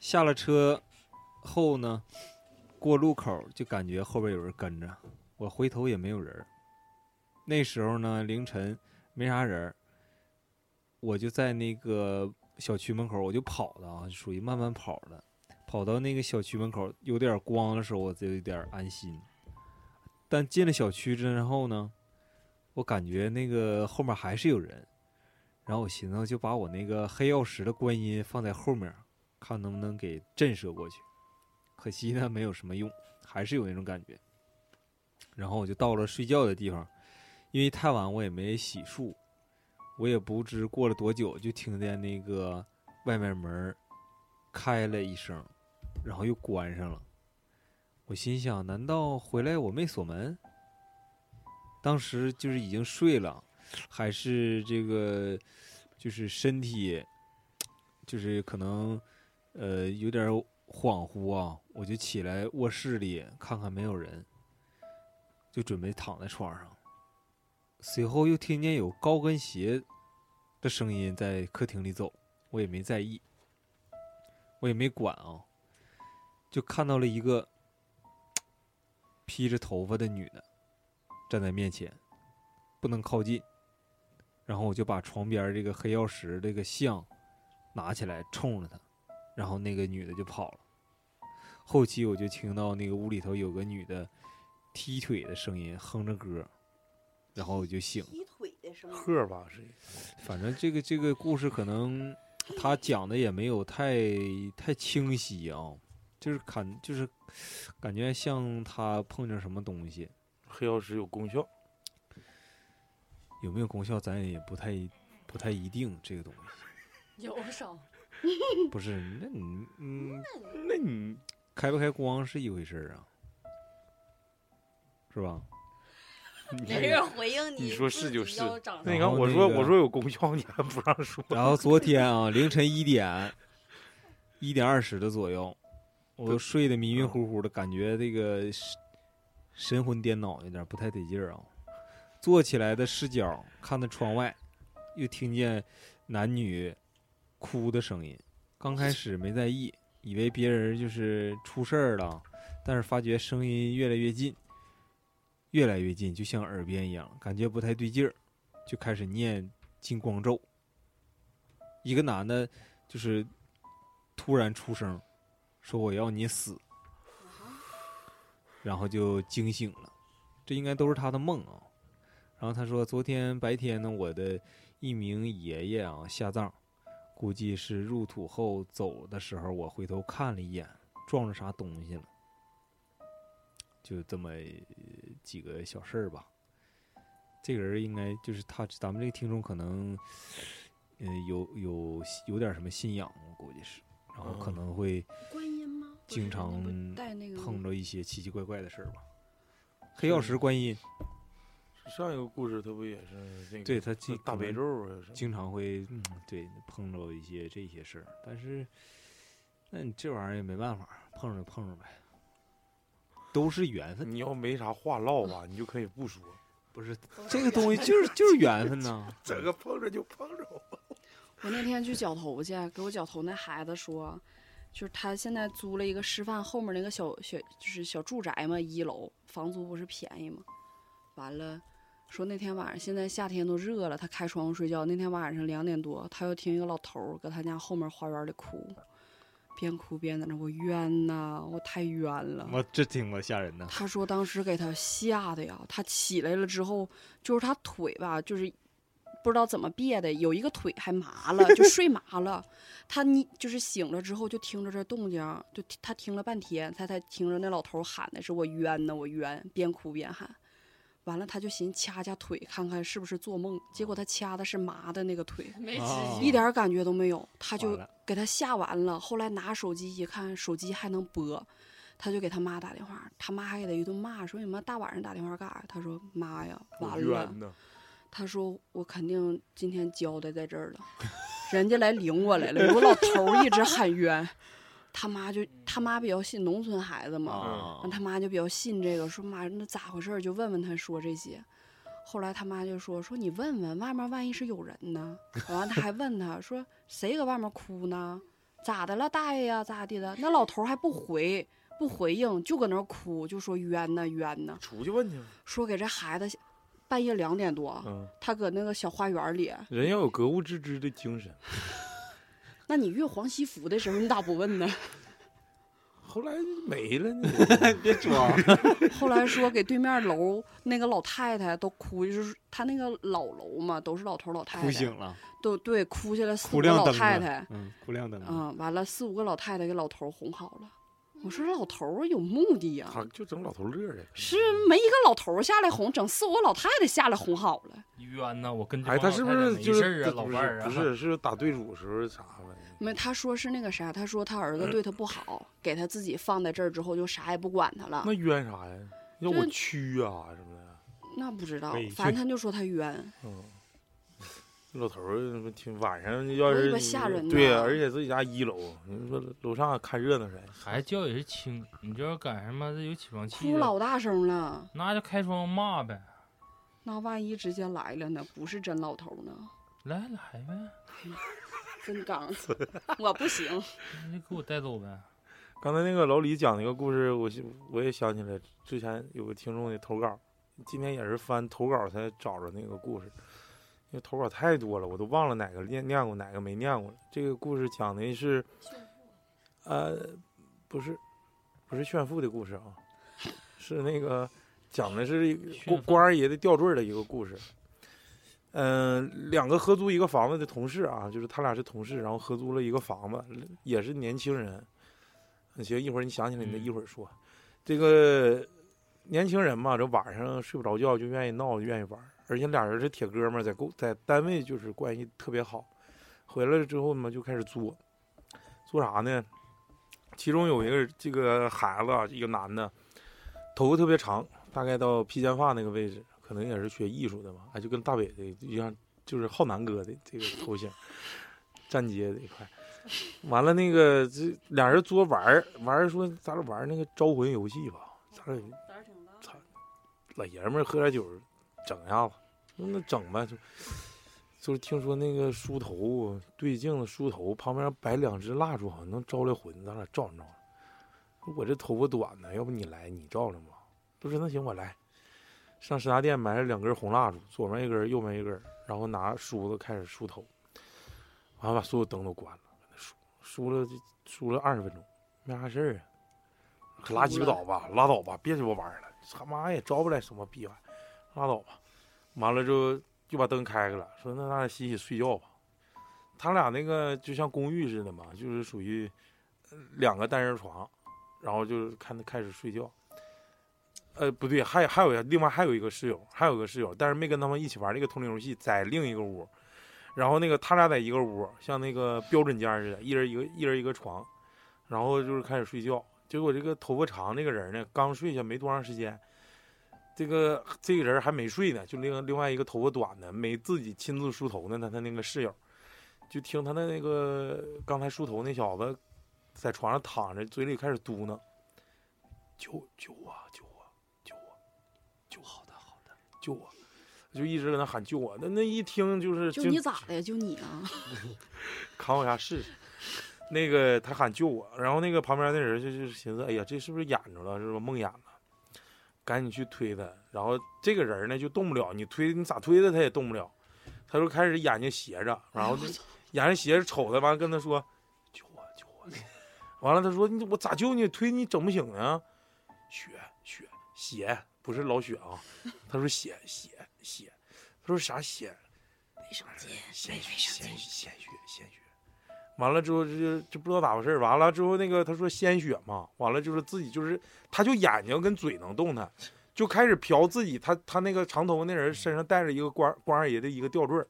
F: 下了车后呢，过路口就感觉后边有人跟着，我回头也没有人儿。那时候呢，凌晨没啥人儿，我就在那个小区门口，我就跑的啊，属于慢慢跑的。跑到那个小区门口有点光的时候，我就有点安心。但进了小区之后呢，我感觉那个后面还是有人，然后我寻思就把我那个黑曜石的观音放在后面，看能不能给震慑过去。可惜呢，没有什么用，还是有那种感觉。然后我就到了睡觉的地方，因为太晚我也没洗漱，我也不知过了多久，就听见那个外面门儿开了一声，然后又关上了。我心想，难道回来我没锁门？当时就是已经睡了，还是这个就是身体，就是可能呃有点恍惚啊，我就起来卧室里看看没有人，就准备躺在床上。随后又听见有高跟鞋的声音在客厅里走，我也没在意，我也没管啊，就看到了一个披着头发的女的站在面前，不能靠近。然后我就把床边这个黑曜石这个像拿起来冲着她，然后那个女的就跑了。后期我就听到那个屋里头有个女的踢腿的声音，哼着歌，然后我就醒了。
B: 劈腿的声音，
D: 鹤吧是，
F: 反正这个这个故事可能
D: 哎
F: 他讲的也没有太太清晰啊，就是感就是感觉像他碰见什么东西，
D: 黑曜石有功效，
F: 有没有功效咱也不太不太一定。这个东西
A: 有少，
F: 不是，那你嗯，
D: 嗯那你
F: 开不开光是一回事儿啊，是 吧？
D: 你
I: 没人回应
D: 你
I: 你
D: 说是就是
I: 自己要长
D: 那
I: 大
D: 你
F: 然
D: 看
F: 后
D: 我
F: 那
D: 说
F: 个
D: 我说有功效，你还不让说，
F: 然后昨天啊，凌晨一点，一点二十的左右，我睡得迷迷糊糊的，感觉这个神神魂颠倒，有点不太得劲儿啊。坐起来的视角看到窗外，又听见男女哭的声音。刚开始没在意，以为别人就是出事儿了，但是发觉声音越来越近，越来越近，就像耳边一样，感觉不太对劲儿，就开始念金光咒。一个男的，就是突然出声，说我要你死，然后就惊醒了。这应该都是他的梦啊。然后他说，昨天白天呢，我的一名爷爷啊下葬，估计是入土后走的时候，我回头看了一眼，撞着啥东西了。就这么呃几个小事儿吧。这个人应该就是他，咱们这个听众可能嗯，有有有点什么信仰，我估计是，然后可
D: 嗯
F: 能会
B: 观音吗？不是
F: 经常
B: 那不带那个
F: 碰着一些奇奇怪怪的事儿吧。黑曜石观音，
D: 上一个故事他不也是那个
F: 对他经
D: 大悲咒啊什么
F: 经常会，嗯，对，碰着一些这些事儿，但是，那你这玩意儿也没办法，碰着就碰着呗，都是缘分，
D: 你要没啥话唠吧，你就可以不说，
F: 不是这个东西就是就是缘分呐。
D: 整个碰着就碰着。
B: 我那天去绞头去，给我绞头那孩子说，就是他现在租了一个师范后面那个小小就是小住宅嘛，一楼房租不是便宜吗？完了，说那天晚上现在夏天都热了，他开窗户睡觉。那天晚上两点多，他又听一个老头儿搁他家后面花园里哭，边哭边在那我冤呐，我太冤了。
F: 我这挺我吓人的，
B: 他说当时给他吓的呀，他起来了之后，就是他腿吧，就是不知道怎么别的，有一个腿还麻了，就 睡麻了。他你就是醒了之后就听着这动静，就听他听了半天，他才听着那老头喊的是我冤呐，我冤，边哭边喊。完了，他就寻思掐掐腿看看是不是做梦，结果他掐的是麻的那个腿，
A: 没
F: 啊
D: 哦
A: 直
B: 一点儿感觉都没有，他
F: 完
B: 就
F: 了
B: 给他吓完了。后来拿手机一看，手机还能播，他就给他妈打电话，他妈还给他一顿骂，说你妈大晚上打电话干啥呀？他说妈呀，
K: 好
B: 完了
K: 冤，呐！
B: 他说我肯定今天交代在这儿了， 人家来领我来了，有个老头儿一直喊冤，他妈就他妈比较信农村孩子嘛，
F: 哦
K: 啊
B: 嗯完他妈就比较信这个，说妈那咋回事儿？就问问他说这些。后来他妈就说说你问问外面万一是有人呢？完他还问他说谁搁外面哭呢？咋的了大爷呀？咋地的？那老头儿还不回不回应，就搁那儿哭，就说冤呐冤呐，
K: 出去问去吧。
B: 说给这孩子半夜两点多，
D: 嗯，
B: 他搁那个小花园里，
D: 人要有格物致知的精神。
B: 那你越黄西服的时候，你咋不问呢？
D: 后来没了呢，
K: 别装，
B: 后来说给对面楼那个老太太都哭，就是他那个老楼嘛，都是老头老太太，
F: 哭醒了，
B: 都对哭起来四
F: 哭
B: 五个
F: 亮
B: 老
F: 灯
B: 太
F: 了
B: 太，，
F: 嗯，哭亮灯了，
B: 嗯，完了四五个老太太给老头哄好了。我说老头儿有目的呀、
D: 他就整老头乐的。
B: 是没一个老头儿下来哄，整四五个老太太下来哄好了，
H: 冤呐！我跟这
D: 哎，他
H: 帮老
D: 是不
H: 太太
D: 是
H: 没
D: 就
H: 事
D: 是
H: 儿啊，老伴儿啊？
D: 不是，是打对主时候啥玩意儿？
B: 没他说是那个啥，他说他儿子对他不好，给他自己放在这儿之后就啥也不管他了
D: 那，冤啥呀？要
B: 啊就
D: 我
B: 是
D: 屈啊什么的。
B: 那不知道
F: 委，
B: 反正
F: 屈
B: 他就说他 冤。
D: 嗯，老头儿挺晚上要
B: 我一
D: 是
B: 般吓人
D: 对
B: 呐
D: 呀，而且自己家一楼，你说楼上看热闹谁？
H: 孩子叫也是轻，你就要赶上妈的有起床气
B: 哭
H: 了，
B: 老大声了，
H: 那就开窗骂呗，
B: 那万一直接来了呢？不是真老头呢？
H: 来来呗，
B: 真刚，我不行。
H: 你就给我带走呗。
D: 刚才那个老李讲那个故事，我是我也想起来，之前有个听众的投稿，今天也是翻投稿才找着那个故事，因为投稿太多了，我都忘了哪个念念过，哪个没念过了。这个故事讲的是，呃，不是，不是炫富的故事啊，是那个讲的是一个
H: 炫
D: 官
H: 富
D: 官二爷的吊坠儿的一个故事。嗯、两个合租一个房子的同事啊，就是他俩是同事，然后合租了一个房子，也是年轻人。行，一会儿你想起来，你再
H: 嗯
D: 一会儿说。这个年轻人嘛，这晚上睡不着觉就愿意闹，愿意玩儿，而且俩人是铁哥们儿，在公在单位就是关系特别好。回来了之后嘛，就开始作，作啥呢？其中有一个这个孩子啊，一个男的，头发特别长，大概到披肩发那个位置，可能也是学艺术的吧，哎，就跟大北的一样，就是浩南哥的这个头型， 站街这一块。完了，那个这俩人作玩儿，玩儿说咱俩玩儿那个招魂游戏吧，咱俩
A: 胆儿挺大。
D: 老爷们儿喝点酒，整一下子，那那整呗，就就是听说那个梳头对镜子梳头旁边摆两支蜡烛，好像能招来魂，咱俩照着照着。我这头发短呢，要不你来你照着吧？不是，那行我来。上食杂店买了两根红蜡烛，左面一根，右面一根，然后拿梳子开始梳头，完了把所有灯都关了，搁那梳梳了就梳了二十分钟，没啥事儿啊。可拉鸡巴倒吧，拉倒吧，别鸡巴玩儿了，他妈也招不来什么逼玩意儿，拉倒吧。完了之后就把灯开开了，说那咱俩洗洗睡觉吧。他俩那个就像公寓似的嘛，就是属于呃两个单人床，然后就是看他开始睡觉。呃，不对，还有还有另外还有一个室友，还有个室友，但是没跟他们一起玩这个通灵游戏，在另一个屋。然后那个他俩在一个屋，像那个标准间似的，一人一个一人一个床，然后就是开始睡觉。结果这个头发长这个人呢，刚睡下没多长时间，这个这个人还没睡呢，就另另外一个头发短的没自己亲自梳头呢，他他那个室友，就听他的那个刚才梳头那小子在床上躺着，嘴里开始嘟囔：“救救我，救我，救我，救好的好的，救我！”就一直搁那喊救我，那那一听就是
B: 就你咋的呀？就你啊？
D: 扛我家试试。那个他喊救我，然后那个旁边那人就就寻思，哎呀，这是不是演着了？是不是梦魇了？赶紧去推他。然后这个人呢就动不了，你推你咋推他他也动不了。他就开始眼睛斜着，然后就眼睛斜着瞅他，完了跟他说救我救我。完了他说你我咋救你？推你整不醒呢？血血血不是老血啊，他说血血血，他说啥血？哎鲜血鲜血鲜血鲜血。完了之后这就就不知道咋回事儿完了之后那个他说鲜血嘛，完了就是自己就是他就眼睛跟嘴能动弹，就开始瞟自己他他那个长头发那人身上带着一个关关二爷的一个吊坠儿，啊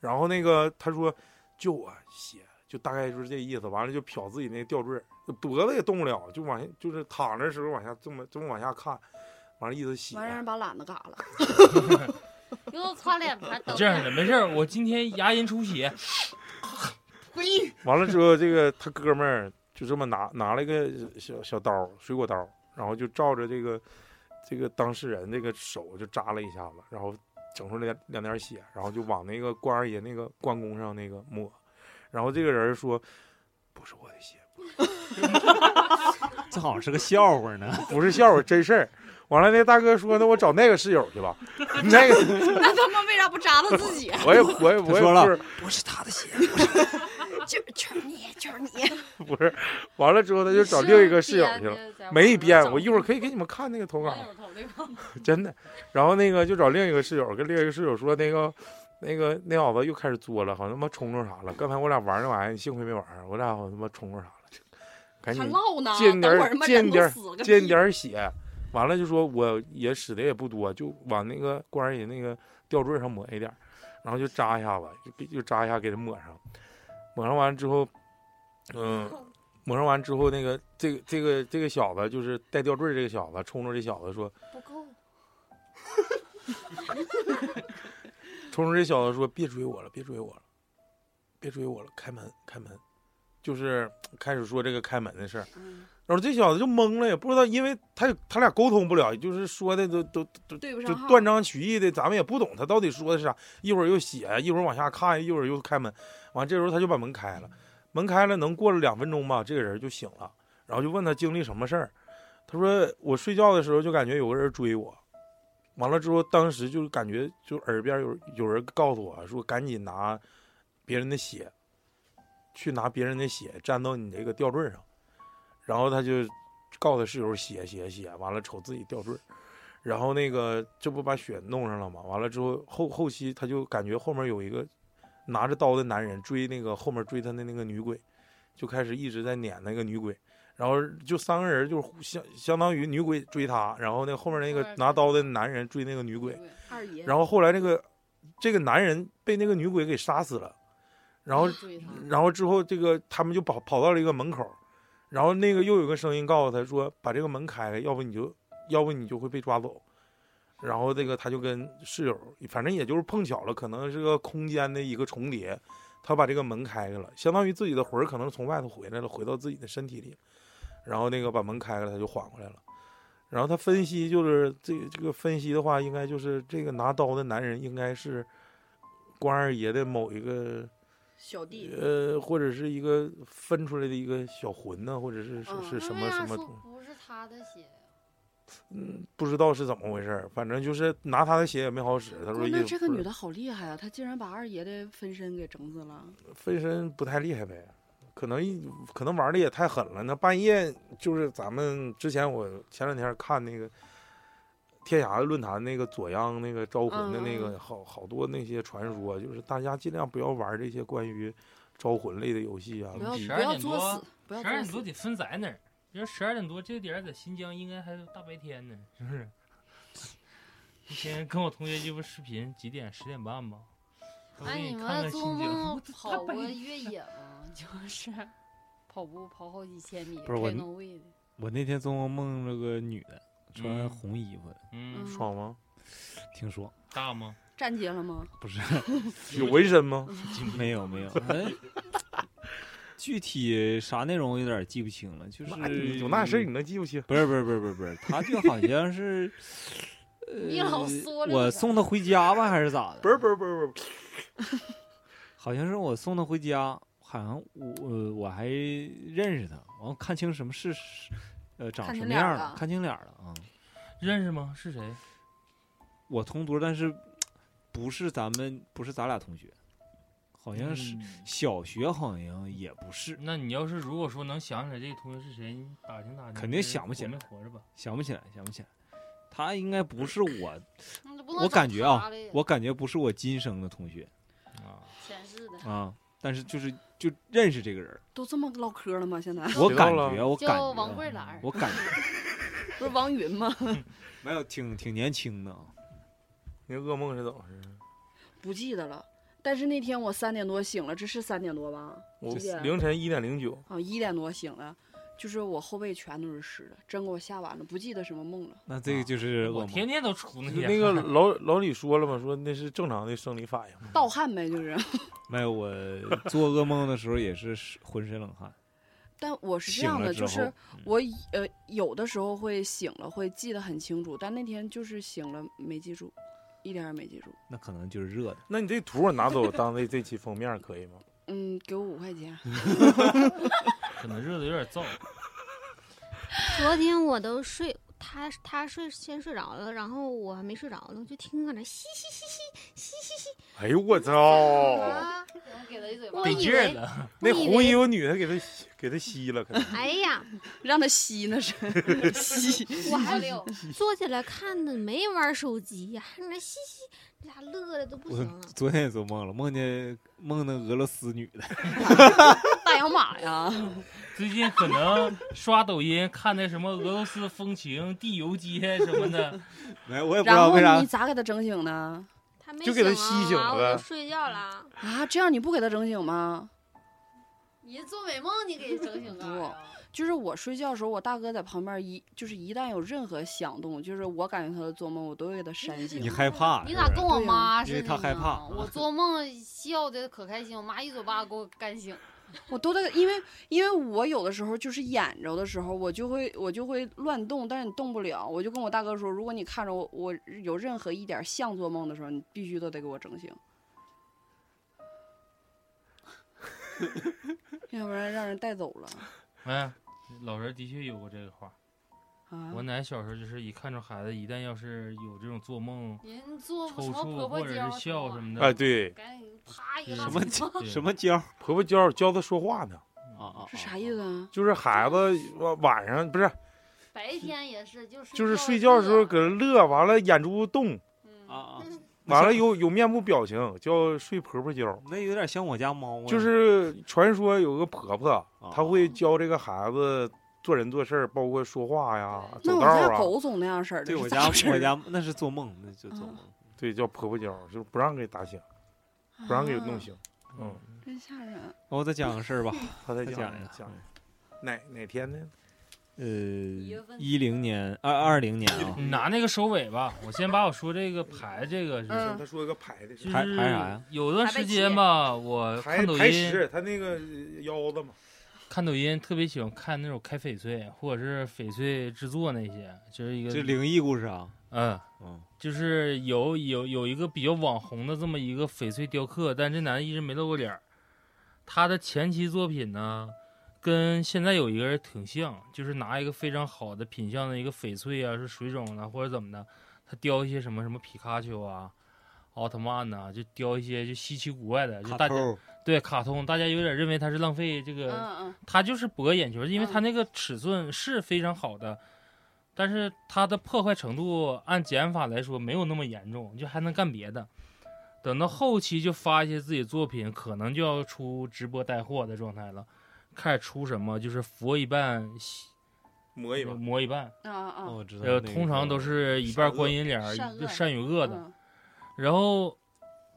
D: 然后那个他说救我血，就大概就是这意思。完了就瞟自己那个吊坠儿，脖子也动不了，就往下就是躺着的时候往下这么这么往下看，完了意思洗
B: 完让人把懒子嘎了。
A: 又擦脸盘等
H: 这样的，没事儿，我今天牙龈出血，
D: 完了之后，这个他哥们儿就这么拿拿了个小小刀，水果刀，然后就照着这个这个当事人这个手就扎了一下子，然后整出来两两点血，然后就往那个关二爷那个关公上那个抹，然后这个人说不是我的血，
F: 正好是个笑话呢。
D: 不是笑话，真事儿。完了，那大哥说：“那我找那个室友去 吧，那个
B: 那他妈为啥不扎了自
A: 啊
B: 己？
D: 我也我也我
F: 他
D: 也
F: 说了
D: 不是
F: 不是他的血，
B: 就是就是你，就是你。
D: 不是。”完了之后，他就找另一个室友去了，
A: 了
D: 没编。我一会儿可以给你们看那个投稿。 真的。然后那个就找另一个室友，跟另一个室友说那个。那个那小子又开始作了，好像他妈冲着啥了。刚才我俩玩那玩意儿，你幸亏没玩儿，我俩好像他妈冲着啥了，赶
B: 还
D: 紧
B: 唠呢，
D: 见点
B: 等
D: 儿
B: 会儿他妈
D: 见
B: 人都
D: 点儿
B: 死了个
D: 见
B: 屁
D: 点儿血。完了就说我也使的也不多，就往那个关二爷那个吊坠上抹一点儿，然后就扎一下子，就给就扎一下给他抹上，抹上完了之后，嗯、抹上完之后，那个这个这个这个小子就是戴吊坠这个小子冲着这小子说，
A: 不够，
D: 冲着这小子说别追我了，别追我了，别追我了，开门开门，就是开始说这个开门的事儿。然后这小子就懵了，也不知道，因为他他俩沟通不了，就是说的都都都
B: 对不
D: 就
B: 上号。
D: 断章取义的，咱们也不懂他到底说的是啥。一会儿又写，一会儿往下看，一会儿又开门。完这时候他就把门开了，门开了能过了两分钟吧，这个人就醒了，然后就问他经历什么事儿。他说我睡觉的时候就感觉有个人追我，完了之后当时就感觉就耳边有有人告诉我说赶紧拿别人的血，去拿别人的血沾到你这个吊坠上，然后他就告诉他室友血血血，完了瞅自己吊坠。然后那个这不把血弄上了吗？完了之后后后期他就感觉后面有一个拿着刀的男人追那个后面追他的那个女鬼，就开始一直在撵那个女鬼，然后就三个人就是互相相当于女鬼追他，然后那后面那个拿刀的男人追那个女鬼，
B: 二爷，
D: 然后后来那个这个男人被那个女鬼给杀死了，然后呃
A: 追他，
D: 然后之后这个他们就跑跑到了一个门口，然后那个又有个声音告诉他说把这个门开了，要不你就要不你就会被抓走。然后这个他就跟室友，反正也就是碰巧了，可能是个空间的一个重叠，他把这个门开开了，相当于自己的魂儿可能从外头回来了，回到自己的身体里，然后那个把门开开了，他就缓过来了。然后他分析就是这这个分析的话，应该就是这个拿刀的男人应该是关二爷的某一个
B: 小弟，
D: 呃，或者是一个分出来的一个小魂呢，或者是是
B: 嗯
A: 那
D: 是什
A: 为
D: 么
A: 啥哎
D: 什么
A: 说
D: 东西，
A: 不是他的血呀？
D: 嗯，不知道是怎么回事儿，反正就是拿他的血也没好使。他说
B: 哇
D: 意
B: 哦那
D: 思
B: 这个
D: 不
B: 女
D: 是
B: 的好厉害啊！她竟然把二爷的分身给整死了。
D: 分身不太厉害呗，可能一可能玩的也太狠了。那半夜就是咱们之前我前两天看那个天涯论坛那个左央那个招魂的那
B: 嗯嗯
D: 个好好多那些传说，就是大家尽量不要玩这些关于招魂类的游戏啊。
B: 不要
H: 12
B: 不要
H: 嗯点
B: 作
H: 多
B: 死，不要
H: 十二点
B: 作死。
H: 多得分在哪儿？你说十二点多这个点儿在新疆应该还大白天呢，是不是？ 那天跟我同学就不视频，几点？十点半吧。我
A: 哎，
H: 给
A: 你
H: 看
A: 们
H: 看新
A: 做
H: 疆
I: 啊
A: 梦。
H: 大
A: 跑
H: 白
A: 过越野吗？就是 跑步跑好几千米，
F: 不是我
A: 开农会的，
F: 我那天做梦梦着个女的，穿
H: 嗯
F: 红衣服的，
H: 嗯，
B: 嗯
D: 爽吗？
F: 挺爽。
H: 大吗？
B: 站街了吗？
F: 不是，
D: 有纹身吗？
F: 没有没有，哎具体啥内容有点记不清了，就是
D: 那你有那事儿你能记不清？
F: 不是不是不是不是不是，他就好像是，
A: 你老说
F: 呃，
A: 这
F: 我
A: 个
F: 送他回家吧，还是咋的？
D: 不是不是不是不是，
F: 好像是我送他回家，好像我、呃我还认识他，完后看清什么是，呃，长
B: 看
F: 什
B: 清
F: 么
B: 脸
F: 样
B: 儿
F: 了
B: 了，
F: 看清脸儿了啊、
H: 认识吗？是谁？
F: 我同桌，但是不是咱们，不是咱俩同学，好像是、
H: 嗯
F: 小学，好像也不是，
H: 那你要是如果说能想起来这个同学是谁，你打听打听，
F: 肯定想不起来
H: 来，活着吧？
F: 想不起来，想不起来。他应该不是我，
A: 那不能找
F: 我感觉啊
A: 他了呀，
F: 我感觉不是我今生的同学
H: 啊，
A: 前世的
F: 啊，但是就是就认识这个人 儿，
B: 都这么唠嗑了吗？现在
F: 我
D: 知道
F: 感
D: 了
F: 觉，我感
A: 叫
F: 觉，
A: 王桂兰儿，
F: 我感觉
B: 不是王云吗？
F: 没有，挺挺年轻的啊。
D: 你噩梦是怎么回事？
B: 不记得了。但是那天我三点多醒了，这是三点多吧？
D: 我
B: 几点啊
D: 凌晨一点零九，
B: 啊，一点多醒了，就是我后背全都是湿的，真给我吓完了，不记得什么梦了。
F: 那这个就是
H: 我
F: 噩梦。
H: 天天都出那些
D: 那 个老老李说了嘛，说那是正常的生理反应嘛。
B: 盗汗呗，就是。
F: 没有，我做噩梦的时候也是是浑身冷汗。
B: 但我是这
F: 醒
B: 样
F: 了
B: 的，
F: 之
B: 就是
F: 后
B: 我以呃有的时候会醒了，会记得很清楚，但那天就是醒了没记住，一点儿也没记住。
F: 那可能就是热的。
D: 那你这图我拿走当这这期封面可以吗？
B: 嗯，给我五块 钱。
H: 可能热的有点燥。
G: 昨天我都睡，他他睡先睡着了，然后我还没睡着呢，就听搁那嘻嘻嘻嘻嘻嘻嘻
D: 哎呦我操！
G: 啊！
A: 我给他一嘴巴
G: 我。
H: 得
G: 以
H: 劲
G: 为
H: 儿了，
D: 那
G: 我以
D: 狐
G: 为
D: 疑有女的给他吸给他吸了，可 能。
G: 哎呀，
B: 让他吸那 是吸，
A: 我还有
G: 坐起来看呢，没玩手机呀，还搁那嘻嘻，这俩乐的都不
F: 我
G: 行了。
F: 昨天也做梦了，梦见梦见俄罗斯女的，
G: 哎
B: 大洋马呀，
H: 最近可能刷抖音看那什么俄罗斯风情、地游街什么的，
F: 没有，我也不知
B: 然
F: 道
B: 后
F: 为啥
B: 你。咋给他整醒呢？
G: 他没
D: 就给他
G: 醒啊
D: 吸醒
G: 完
D: 了
G: 我
D: 呗
G: 就睡觉了。
B: 啊，这样你不给他整醒吗？
A: 你做美梦，你给整醒啊干啥呀？
B: 就是我睡觉的时候，我大哥在旁边一就是一旦有任何响动，就是我感觉他在做梦，我都 会给他扇醒
F: 你。害怕？
A: 你
F: 是
A: 咋
F: 不是
A: 跟我
B: 对呀
A: 妈
F: 因
A: 似
F: 为
A: 的
F: 她害
A: 呢
F: 怕
A: 我做梦笑的可开心，我妈一嘴巴给我干醒。
B: 我都在，因为因为我有的时候就是眼着的时候，我就会我就会乱动，但是你动不了。我就跟我大哥说，如果你看着我，我有任何一点像做梦的时候，你必须都得给我整醒，要不然让人带走了
H: 哎，老人的确有过这个话。
B: 啊
H: 我！奶小时候就是一看着孩子，一旦要是有这种做梦、
A: 人
I: 哦
A: 做
H: 抽
A: 什么
H: 搐
A: 婆
H: 或
A: 婆
H: 者
A: 胶
H: 是笑
I: 啊
H: 什，么
D: 哎，
H: 的，
D: 对，
A: 赶紧啪一个
H: 什
A: 大
F: 么
A: 嘴巴
H: 对
F: 什么胶啊
D: 婆婆教教他说话呢，
F: 啊？
B: 是啥意思啊？
D: 就是孩子晚晚上不是，
A: 白天也是，就是
D: 就是睡
A: 觉
D: 觉的时候搁那乐，完了眼珠动，
A: 嗯
F: 啊啊！
D: 完了有有面部表情，叫睡婆婆教。
F: 那有点像我家猫啊。
D: 就是传说有个婆婆，
F: 啊
D: 她会教这个孩子做人做事儿，包括说话呀、
A: 对
B: 那
D: 走
B: 我
D: 道儿
B: 家
D: 啊。
B: 狗总那样式儿的，
F: 对
B: 是
F: 我
B: 咋
F: 家
B: 回事
F: 我
B: 儿
F: 家那是做梦，那就做梦。
D: 对，叫婆婆教，就是不让给打醒，不让给弄醒。嗯，
H: 嗯，
B: 真吓人。
F: 那我再讲个事儿吧，
D: 她再
F: 再
D: 讲
F: 讲一个。
D: 讲哪哪天呢？
F: 呃
A: 月份，
F: 一零年二二零年啊，
H: 你拿那个收尾吧。我先把我说这个牌，这个是
B: 嗯
D: 她说一个排的
H: 就
F: 排排啥
H: 是
F: 呀
H: 有段时间吧，我
D: 排
H: 嗯看抖
D: 排
H: 音
D: 石，她那个腰子嘛。
H: 看抖音特别喜欢看那种开翡翠或者是翡翠制作那些，就是一
F: 这
H: 个
F: 灵异故事啊，
H: 嗯。
F: 嗯，
H: 就是有有有一个比较网红的这么一个翡翠雕刻，但这男的一直没露过脸儿。他的前期作品呢，跟现在有一个人挺像，就是拿一个非常好的品相的一个翡翠啊，是水种的或者怎么的，他雕一些什么什么皮卡丘啊、奥特曼呐、就雕一些就稀奇古怪的，就大
F: 嗯卡
H: 家
F: 头
H: 对卡通，大家有点认为他是浪费这个
B: 嗯
H: 它就是博眼球，因为它
B: 嗯
H: 那个尺寸是非常好的，但是它的破坏程度按减法来说没有那么严重，就还能干别的。等到后期就发一些自己作品，可能就要出直播带货的状态了，开始出什么就是佛一半，西
D: 磨一把，
H: 魔一半，
B: 嗯啊
F: 哦
B: 啊
F: 我知道那
H: 呃，
F: 个。哦
H: 通常都是一半观音脸儿，
B: 善恶
H: 一善与恶的。
B: 嗯，
H: 然后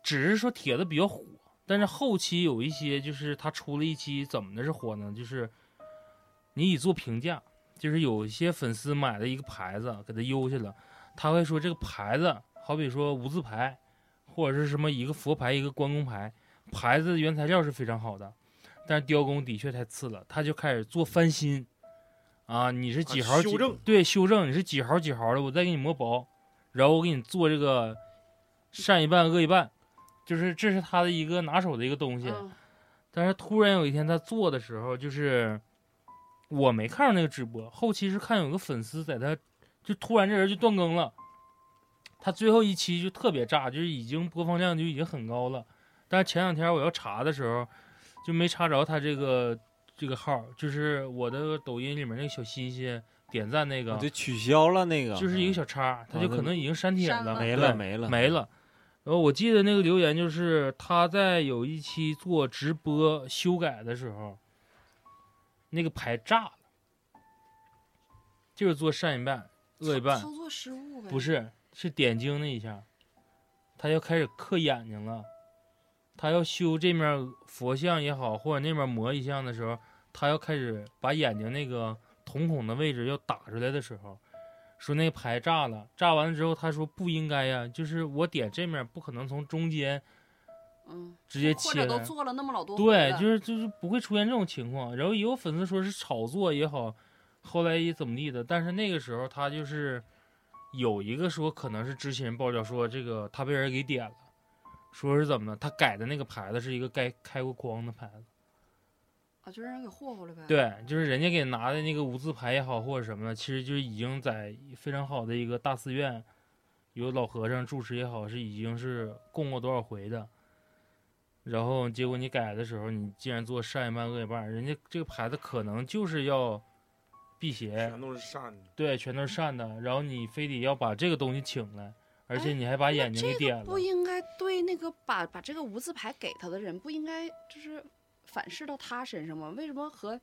H: 只是说帖子比较火，但是后期有一些就是他出了一期怎么的是火呢？就是你以做评价，就是有一些粉丝买了一个牌子给他邮去了，他会说这个牌子好比说无字牌，或者是什么一个佛牌一个关公牌，牌子的原材料是非常好的，但是雕工的确太次了，他就开始做翻新。啊，你是几
D: 啊
H: 毫几、
D: 修正
H: 对修正，你是几毫几毫的，我再给你磨薄，然后我给你做这个善一半恶一半，就是这是他的一个拿手的一个东西。
B: 嗯
H: 但是突然有一天他做的时候，就是我没看上那个直播，后期是看有个粉丝在他就突然这人就断更了，他最后一期就特别炸，就是已经播放量就已经很高了，但是前两天我要查的时候就没查着他这个这个号，就是我的抖音里面那个小心心点赞那
F: 我
H: 个
F: 就，取消了那个，嗯
H: 就是一个小叉，他就可能已经删帖
B: 删了
F: 啊没
H: 对
F: 了没了
H: 没了。然后我记得那个留言就是他在有一期做直播修改的时候，那个牌炸了，就是做善一半恶一半，
B: 操作失误呗。
H: 不是是点睛那一下，他要开始刻眼睛了，他要修这面佛像也好，或者那面魔一像的时候，她要开始把眼睛那个瞳孔的位置要打出来的时候，说那牌炸了，炸完了之后，她说不应该呀，就是我点这面不可能从中间
B: 嗯，
H: 直接
B: 或
H: 切
B: 者都
H: 来
B: 做了那么老多回
H: 对，
B: 了
H: 就是就是不会出现这种情况。然后也有粉丝说是炒作也好，后来也怎么地的，但是那个时候他就是有一个说可能是知情人爆料说这个他被人给点了，说是怎么的，他改的那个牌子是一个该开过光的牌子，
B: 啊，就让人给霍霍了呗。，
H: 对，就是人家给拿的那个无字牌也好或者什么的，其实就是已经在非常好的一个大寺院，有老和尚住持也好，是已经是供过多少回的。然后结果你改的时候，你竟然做善一半恶一半，人家这个牌子可能就是要辟邪，
D: 全都是善的。
H: 对，全都是善的。然后你非得要把这个东西请来，
B: 哎
H: 而且你还把眼睛给点了。
B: 不应该对那个把把这个无字牌给他的人，不应该就是反噬到他身上吗？为什么和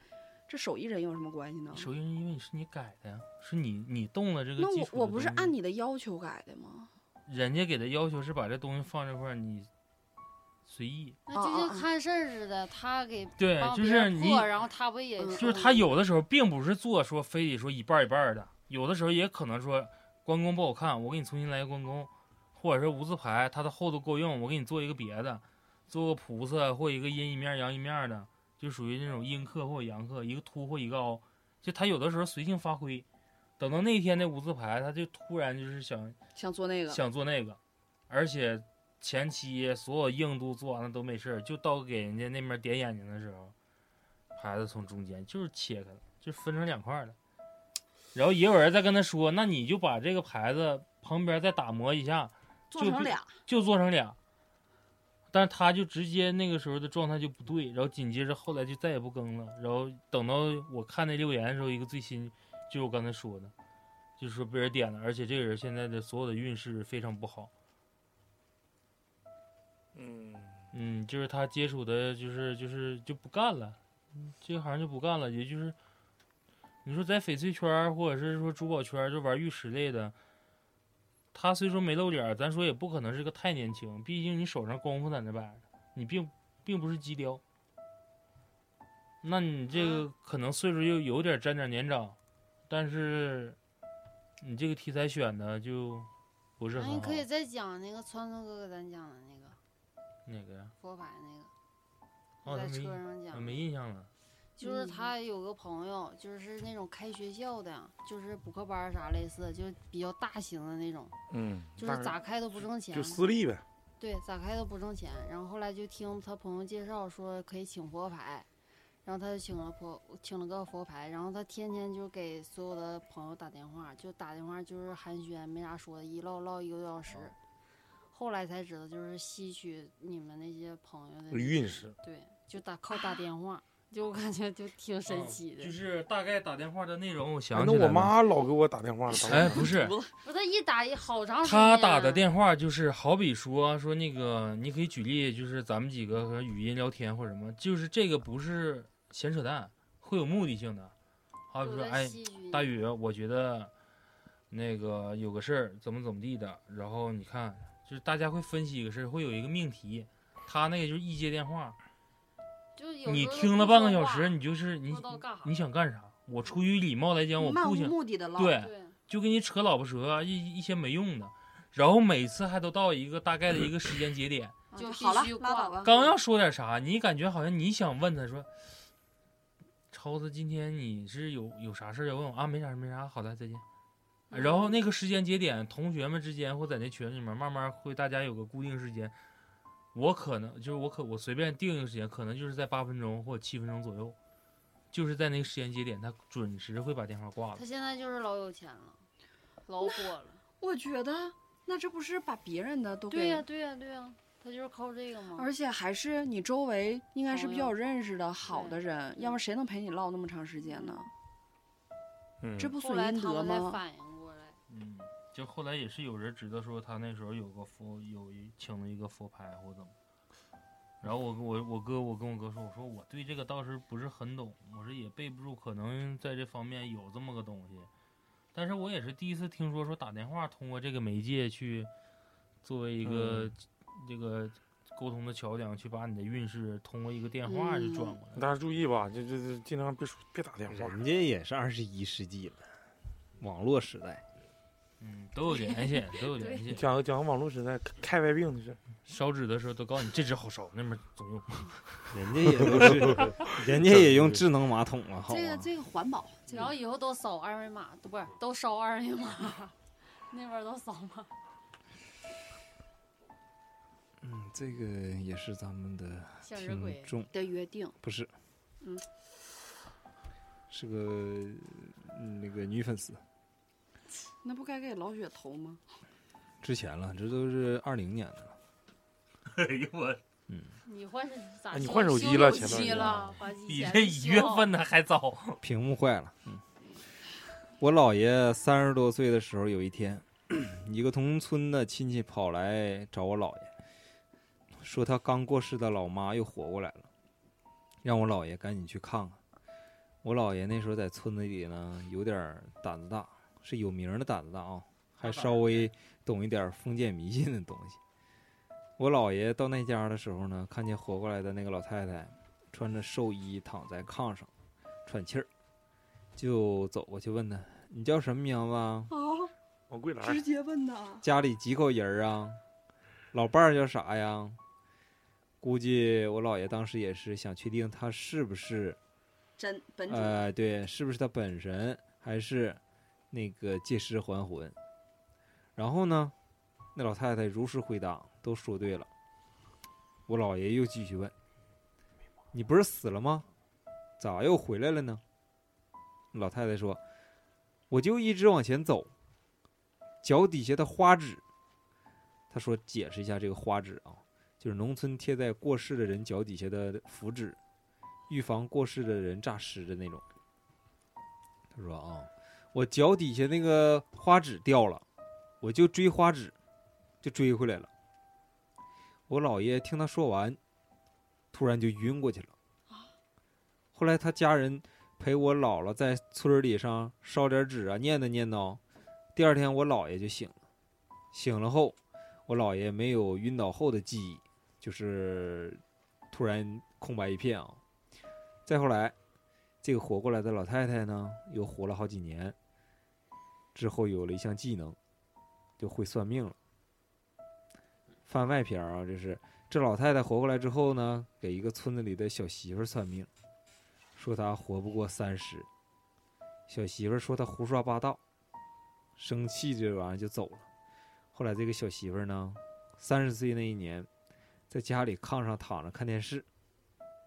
B: 这手艺人有什么关系呢？
H: 手艺人因为是你改的呀，是你你动了这个
B: 那
H: 基础
B: 我我
H: 的
B: 不是
H: 东西
B: 按你的要求改的吗？
H: 人家给的要求是把这东西放这块儿，你随意。
I: 那就像看事儿似的，他给
H: 对
I: 帮，
H: 就
I: 别
H: 是
I: 人
H: 你，
I: 破，然后他不也
B: 嗯
H: 就是他有的时候并不是做说非得说一半儿一半儿的，有的时候也可能说关公不好看，我给你重新来个关公，或者是无字牌，它的厚度够用，我给你做一个别的，做个菩萨或一个阴一面儿阳一面儿的，就属于那种阴刻或阳刻，一个凸或一个凹，就他有的时候随性发挥。等到那天那无字牌，他就突然就是想
B: 想做那个，
H: 想做那个，而且前期所有硬度做完了都没事儿，就到给人家那边点眼睛的时候，牌子从中间就是切开了，就分成两块儿了。然后也有人在跟他说，那你就把这个牌子旁边再打磨一下，
B: 做成俩，
H: 就做成俩。但是他就直接那个时候的状态就不对，然后紧接着后来就再也不更了。然后等到我看那留言的时候，一个最新就是我刚才说的，就是说被人点了，而且这个人现在的所有的运势非常不好。
D: 嗯，
H: 嗯，就是他接触的，就是就是就不干了，嗯这行就不干了，也就是你说在翡翠圈儿或者是说珠宝圈儿，就玩玉石类的，他虽说没露脸儿，咱说也不可能是个太年轻，毕竟你手上功夫在那摆着，你并并不是鸡雕。那你这个
I: 嗯
H: 可能岁数又有点儿沾点儿年长，但是你这个题材选的就不是
I: 那
H: 很
I: 哎
A: 哎
I: 你
H: 好。
I: 可以再讲那个川川哥给咱讲的那个
H: 哪个呀？
I: 佛牌那个，
H: 哦，
I: 在
H: 他没
I: 车
H: 印
I: 上
H: 啊
I: 讲
H: 没
I: 的。
H: 印象了。
I: 就是他有个朋友，就是那种开学校的，就是补课班儿啥类似的，就是比较大型的那种，
D: 嗯，
I: 就是咋开都不挣钱
D: 就，私立呗。
I: 对，咋开都不挣钱。然后后来就听他朋友介绍说可以请佛牌，然后他就请了佛，请了个佛牌，然后他天天就给所有的朋友打电话，就打电话就是寒暄，没啥说的，一唠唠一个多小
H: 哦
I: 时。后来才知道，就是吸取你们那些朋友的
D: 运势，
I: 对，就打靠打电话，就我感觉就挺神
H: 嗯
I: 奇的。
H: 就是大概打电话的内容，我
D: 哎
H: 哦想
D: 那
H: 起来
D: 我
H: 了
D: 妈老给我打电话了，打
H: 哎
D: 电话
H: 不是，
I: 不是他一打一好长时间。啊
H: 她打的电话就是好比说说那个，你可以举例，就是咱们几个和语音聊天或者什么，就是这个不是闲扯淡，会有目的性的。好
I: 话
H: 比说，哎，大宇，我觉得那个有个事儿怎么怎么地的，然后你看，就是大家会分析一个事儿，会有一个命题，他那个就是一接电话，
I: 就有
H: 你
I: 时候
H: 听
I: 不
H: 了半个
I: 说
H: 小
I: 话
H: 时，你就是你
I: 不知道干啥
H: 你想干啥？我出于礼貌来讲，我
B: 漫
H: 不
B: 无
H: 想
B: 目的的唠。
H: 对。
I: 对，
H: 就给你扯老婆舌啊一一些没用的，然后每次还都到一个大概的一个时间节点，
B: 啊，
I: 就
B: 好了
I: 必须，
B: 拉倒
I: 挂
B: 吧。
H: 刚要说点啥，你感觉好像你想问他说，超子今天你是有有啥事儿要问我啊？没啥事儿没啥，好的再见。然后那个时间节点，同学们之间或在那群里面，慢慢会大家有个固定时间。我可能就是我可我随便定一个时间，可能就是在八分钟或七分钟左右，就是在那个时间节点，他准时会把电话挂了
I: 他。现在就是老有钱了，老火了。
B: 我觉得那这不是把别人的都给
I: 对呀、对呀、对呀、他就是靠这个嘛。
B: 而且还是你周围应该是比较认识的好的人，
I: 哦对
B: 要么谁能陪你唠那么长时间呢？
D: 嗯
B: 这不
I: 后
B: 损
I: 来
B: 阴
I: 他
B: 德
I: 们才
B: 吗？
I: 反应过来，
H: 嗯，就后来也是有人知道说他那时候有个佛有一请了一个佛牌或怎么，然后我跟我我哥我跟我哥说，我说我对这个倒是不是很懂，我说也备不住，可能在这方面有这么个东西，但是我也是第一次听说说打电话通过这个媒介去作为一个、这个沟通的桥梁，去把你的运势通过一个电话就转过来。
D: 大家注意吧，这这这尽量别说别打电话。
F: 人家也是二十一世纪了，网络时代，
H: 嗯，都有联系，都有联系。
D: 讲讲个网络时代开外病的事，
H: 烧纸的时候都告诉你这纸好烧，那边总用。
F: 人家 也都是，人家也用智能马桶了，好
I: 这个
H: 啊
F: 吗？
I: 这个环保，只要以后都扫二维码，都不是都烧二维码，那边儿都扫码。
F: 嗯，这个也是咱们的
I: 向日
F: 听
I: 葵
F: 众，
A: 的约定，
F: 不是，
A: 嗯，
F: 是个嗯那个女粉丝，
B: 那不该给老雪投吗？
F: 之前了，这都是二零年的了。
H: 哎呦我，
I: 你换是
H: 啊
I: 咋
D: 哎
I: 修？
D: 你换手机
I: 修六
D: 了前段
I: 期
D: 时间
I: 了，把以
H: 比
I: 前
H: 这
I: 的
H: 一
I: 修
H: 月
I: 好
H: 份的还早。
F: 屏幕坏了。嗯，我姥爷三十多岁的时候，有一天， 一个同村的亲戚跑来找我姥爷，说他刚过世的老妈又活过来了，让我姥爷赶紧去看看。我姥爷那时候在村子里呢，有点儿胆子大，是有名儿的胆子大啊，还稍微懂一点儿封建迷信的东西。我姥爷到那家的时候呢，看见活过来的那个老太太穿着寿衣躺在炕上喘气儿，就走过去问她：“你叫什么名字啊？
B: 啊，
D: 王桂
B: 直
D: 兰，
B: 接 问他，
F: 家里几口人儿啊？老伴儿叫啥呀？”估计我姥爷当时也是想确定她是不是，
B: 真本
D: 嗯
B: 主
F: 呃，对，是不是她本神，还是那个借尸还魂？然后呢，那老太太如实回答，都说对了。我姥爷又继续问：“你不是死了吗？咋又回来了呢？”老太太说：“我就一直往前走，脚底下的花纸。”她说：“解释一下这个花纸啊，就是农村贴在过世的人脚底下的符纸，预防过世的人诈尸的那种。”她说：“啊，我脚底下那个花纸掉了，我就追花纸，就追回来了。”我姥爷听他说完，突然就晕过去了。后来他家人陪我姥姥在村儿里上烧点纸啊，念叨念叨。第二天我姥爷就醒了，醒了后，我姥爷没有晕倒后的记忆，就是突然空白一片啊。再后来，这个活过来的老太太呢，又活了好几年，之后有了一项技能，就会算命了。番外篇啊，这是这老太太活过来之后呢，给一个村子里的小媳妇儿算命，说她活不过三十。小媳妇儿说她胡说八道，生气这玩意儿就走了。后来这个小媳妇儿呢，三十岁那一年，在家里炕上躺着看电视，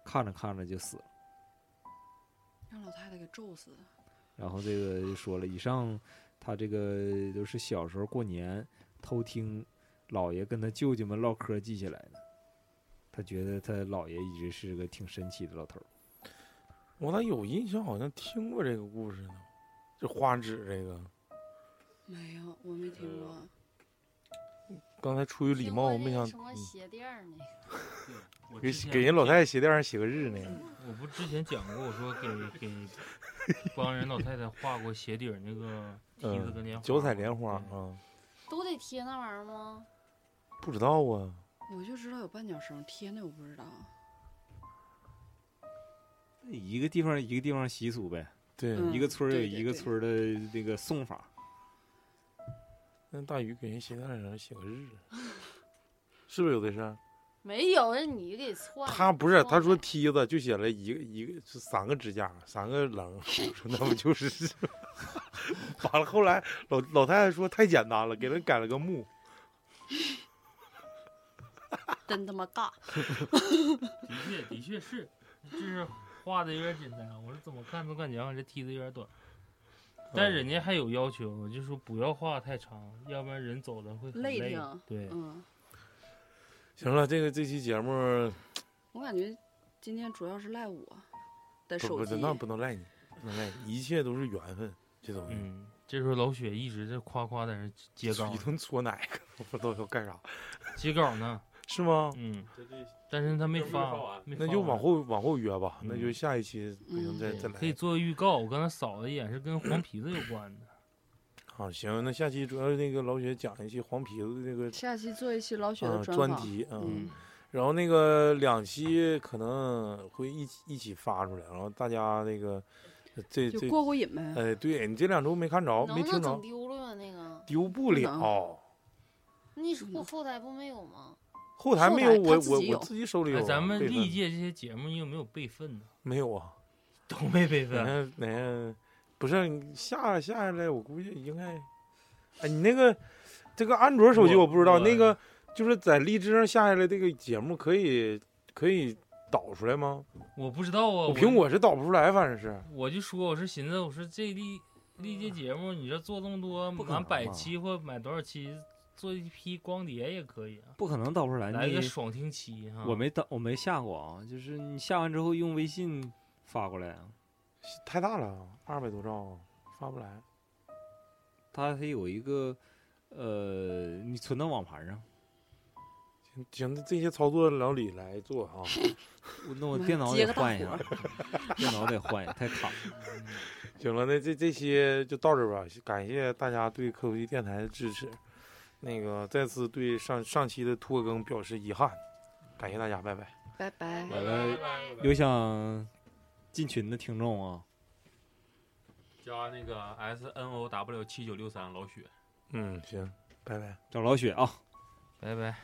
F: 看着看着就死了。
B: 让老太太给咒死了。
F: 然后这个就说了，以上他这个都是小时候过年偷听姥爷跟他舅舅们唠嗑记下来的。他觉得他姥爷一直是个挺神奇的老头儿。
D: 我咋有印象好像听过这个故事呢？这花纸这个，
B: 没有，我没听过。
D: 嗯刚才出于礼貌，我
I: 听过
D: 没
I: 那
D: 想嗯
I: 什么鞋垫儿呢？
H: 我
D: 给
H: 之前
D: 给人老太太鞋垫上写个日那个。
H: 我不之前讲过，我说给给 帮人老太太画过鞋底儿那个梯子跟莲花，
D: 嗯九彩莲花
H: 对
D: 啊，
I: 都得贴那玩意儿吗？
D: 不知道啊，
B: 我就知道有绊脚绳贴那，我不知道。
F: 一个地方一个地方习俗呗，
D: 对，
B: 嗯
F: 一个村儿有
B: 对对
F: 一个
B: 对
F: 村儿的那个送法。
D: 那大鱼给人鞋垫上写个日， 是不是有的事儿？
I: 没有，是你给窜。
D: 他不是，他说
I: 哎
D: 梯子就写了一个一个是三个支架，三个棱儿，我说 那不就是？完了，后来老老太太说太简单了，给人改了个木。
A: 真他妈尬。
H: 的确的确是，就是画的有点简单。我是怎么看都感觉好像这梯子有点短，
D: 嗯
H: 但是人家还有要求，就说不要画太长，要不然人走的会很
B: 累
H: 累
B: 挺。
H: 对，
B: 嗯，
D: 行了，这个这期节目
B: 我感觉今天主要是赖我的
D: 不
B: 手
D: 不
B: 机。
D: 那不能赖你，不能赖你，一切都是缘分，这东西。
H: 嗯，这时候老雪一直在夸夸在那 截稿
D: 一，顿搓奶，我不知道要干啥，
H: 截稿呢，
D: 是吗？
H: 嗯，但是他没发，没
D: 那
H: 发
D: 就往
H: 完
D: 后往后约吧，那就
H: 嗯
D: 下一期不行
B: 嗯
D: 再
H: 对
D: 再
H: 可以
D: 来。
H: 做个预告。我刚才扫了一眼，是跟黄皮子有关的。
D: 好，行，那下期主要是那个老雪讲一期黄皮子的这个
B: 下期做一期老雪
D: 啊
B: 的
D: 专
B: 访。
D: 题啊，
B: 嗯，
D: 然后那个两期可能会一起一起发出来，然后大家那个这
B: 就
D: 这
B: 过过瘾呗。
D: 哎，对你这两周没看着，
A: 能
D: 没
A: 不能
D: 听
A: 整
D: 着，
A: 丢了呀？那个，
D: 丢不了
B: 能。
A: 你是
B: 嗯
A: 不后台不没有吗？
D: 后台没
B: 后台
D: 我
B: 他自己
D: 我
B: 有
D: 我自己手里有
H: 哎
D: 啊，
H: 咱们
D: 备份
H: 历届这些节目，你有没有备 份呢？
D: 没有啊？
H: 都没备
D: 哪
H: 份。
D: 天哪天不是你下下下来，我估计应该，哎，你那个这个安卓手机
H: 我
D: 我不知道，
H: 我
D: 那个就是在荔枝上下下来这个节目可以可以导出来吗？
H: 我不知道啊，
D: 我
H: 我
D: 苹果是导不出来，反正是。
H: 我就说，我是寻思，我说这历历届节目，你这做这么多，
D: 不可能啊
H: 满百
D: 吧
H: 期或买多少期，做一批光碟也可以啊，
F: 不可能导不
D: 哎
F: 出来。
H: 来一
F: 你
H: 个爽听期哈。
B: 啊
F: 我没导，我没下过啊，就是你下完之后用微信发过来啊，
D: 太大了，二百多兆发不来。
F: 它还有一个呃，你存到网盘上，
D: 嗯行，这些操作老李来做啊。
F: 我那我
B: 妈
F: 电脑
B: 接
F: 得
B: 个大
F: 换一下
B: 活儿，
F: 电脑得换一下，太卡了。
D: 行了，那这这些就到这儿吧，感谢大家对科技电台的支持。那个再次对上上期的拖更表示遗憾，感谢大家，拜拜。
B: 拜拜。
F: 完了，有想进群的听众啊，
E: 加那个 S N O W 七九六三老雪。
D: 嗯，行，拜拜。
F: 找老雪啊。
H: 拜拜。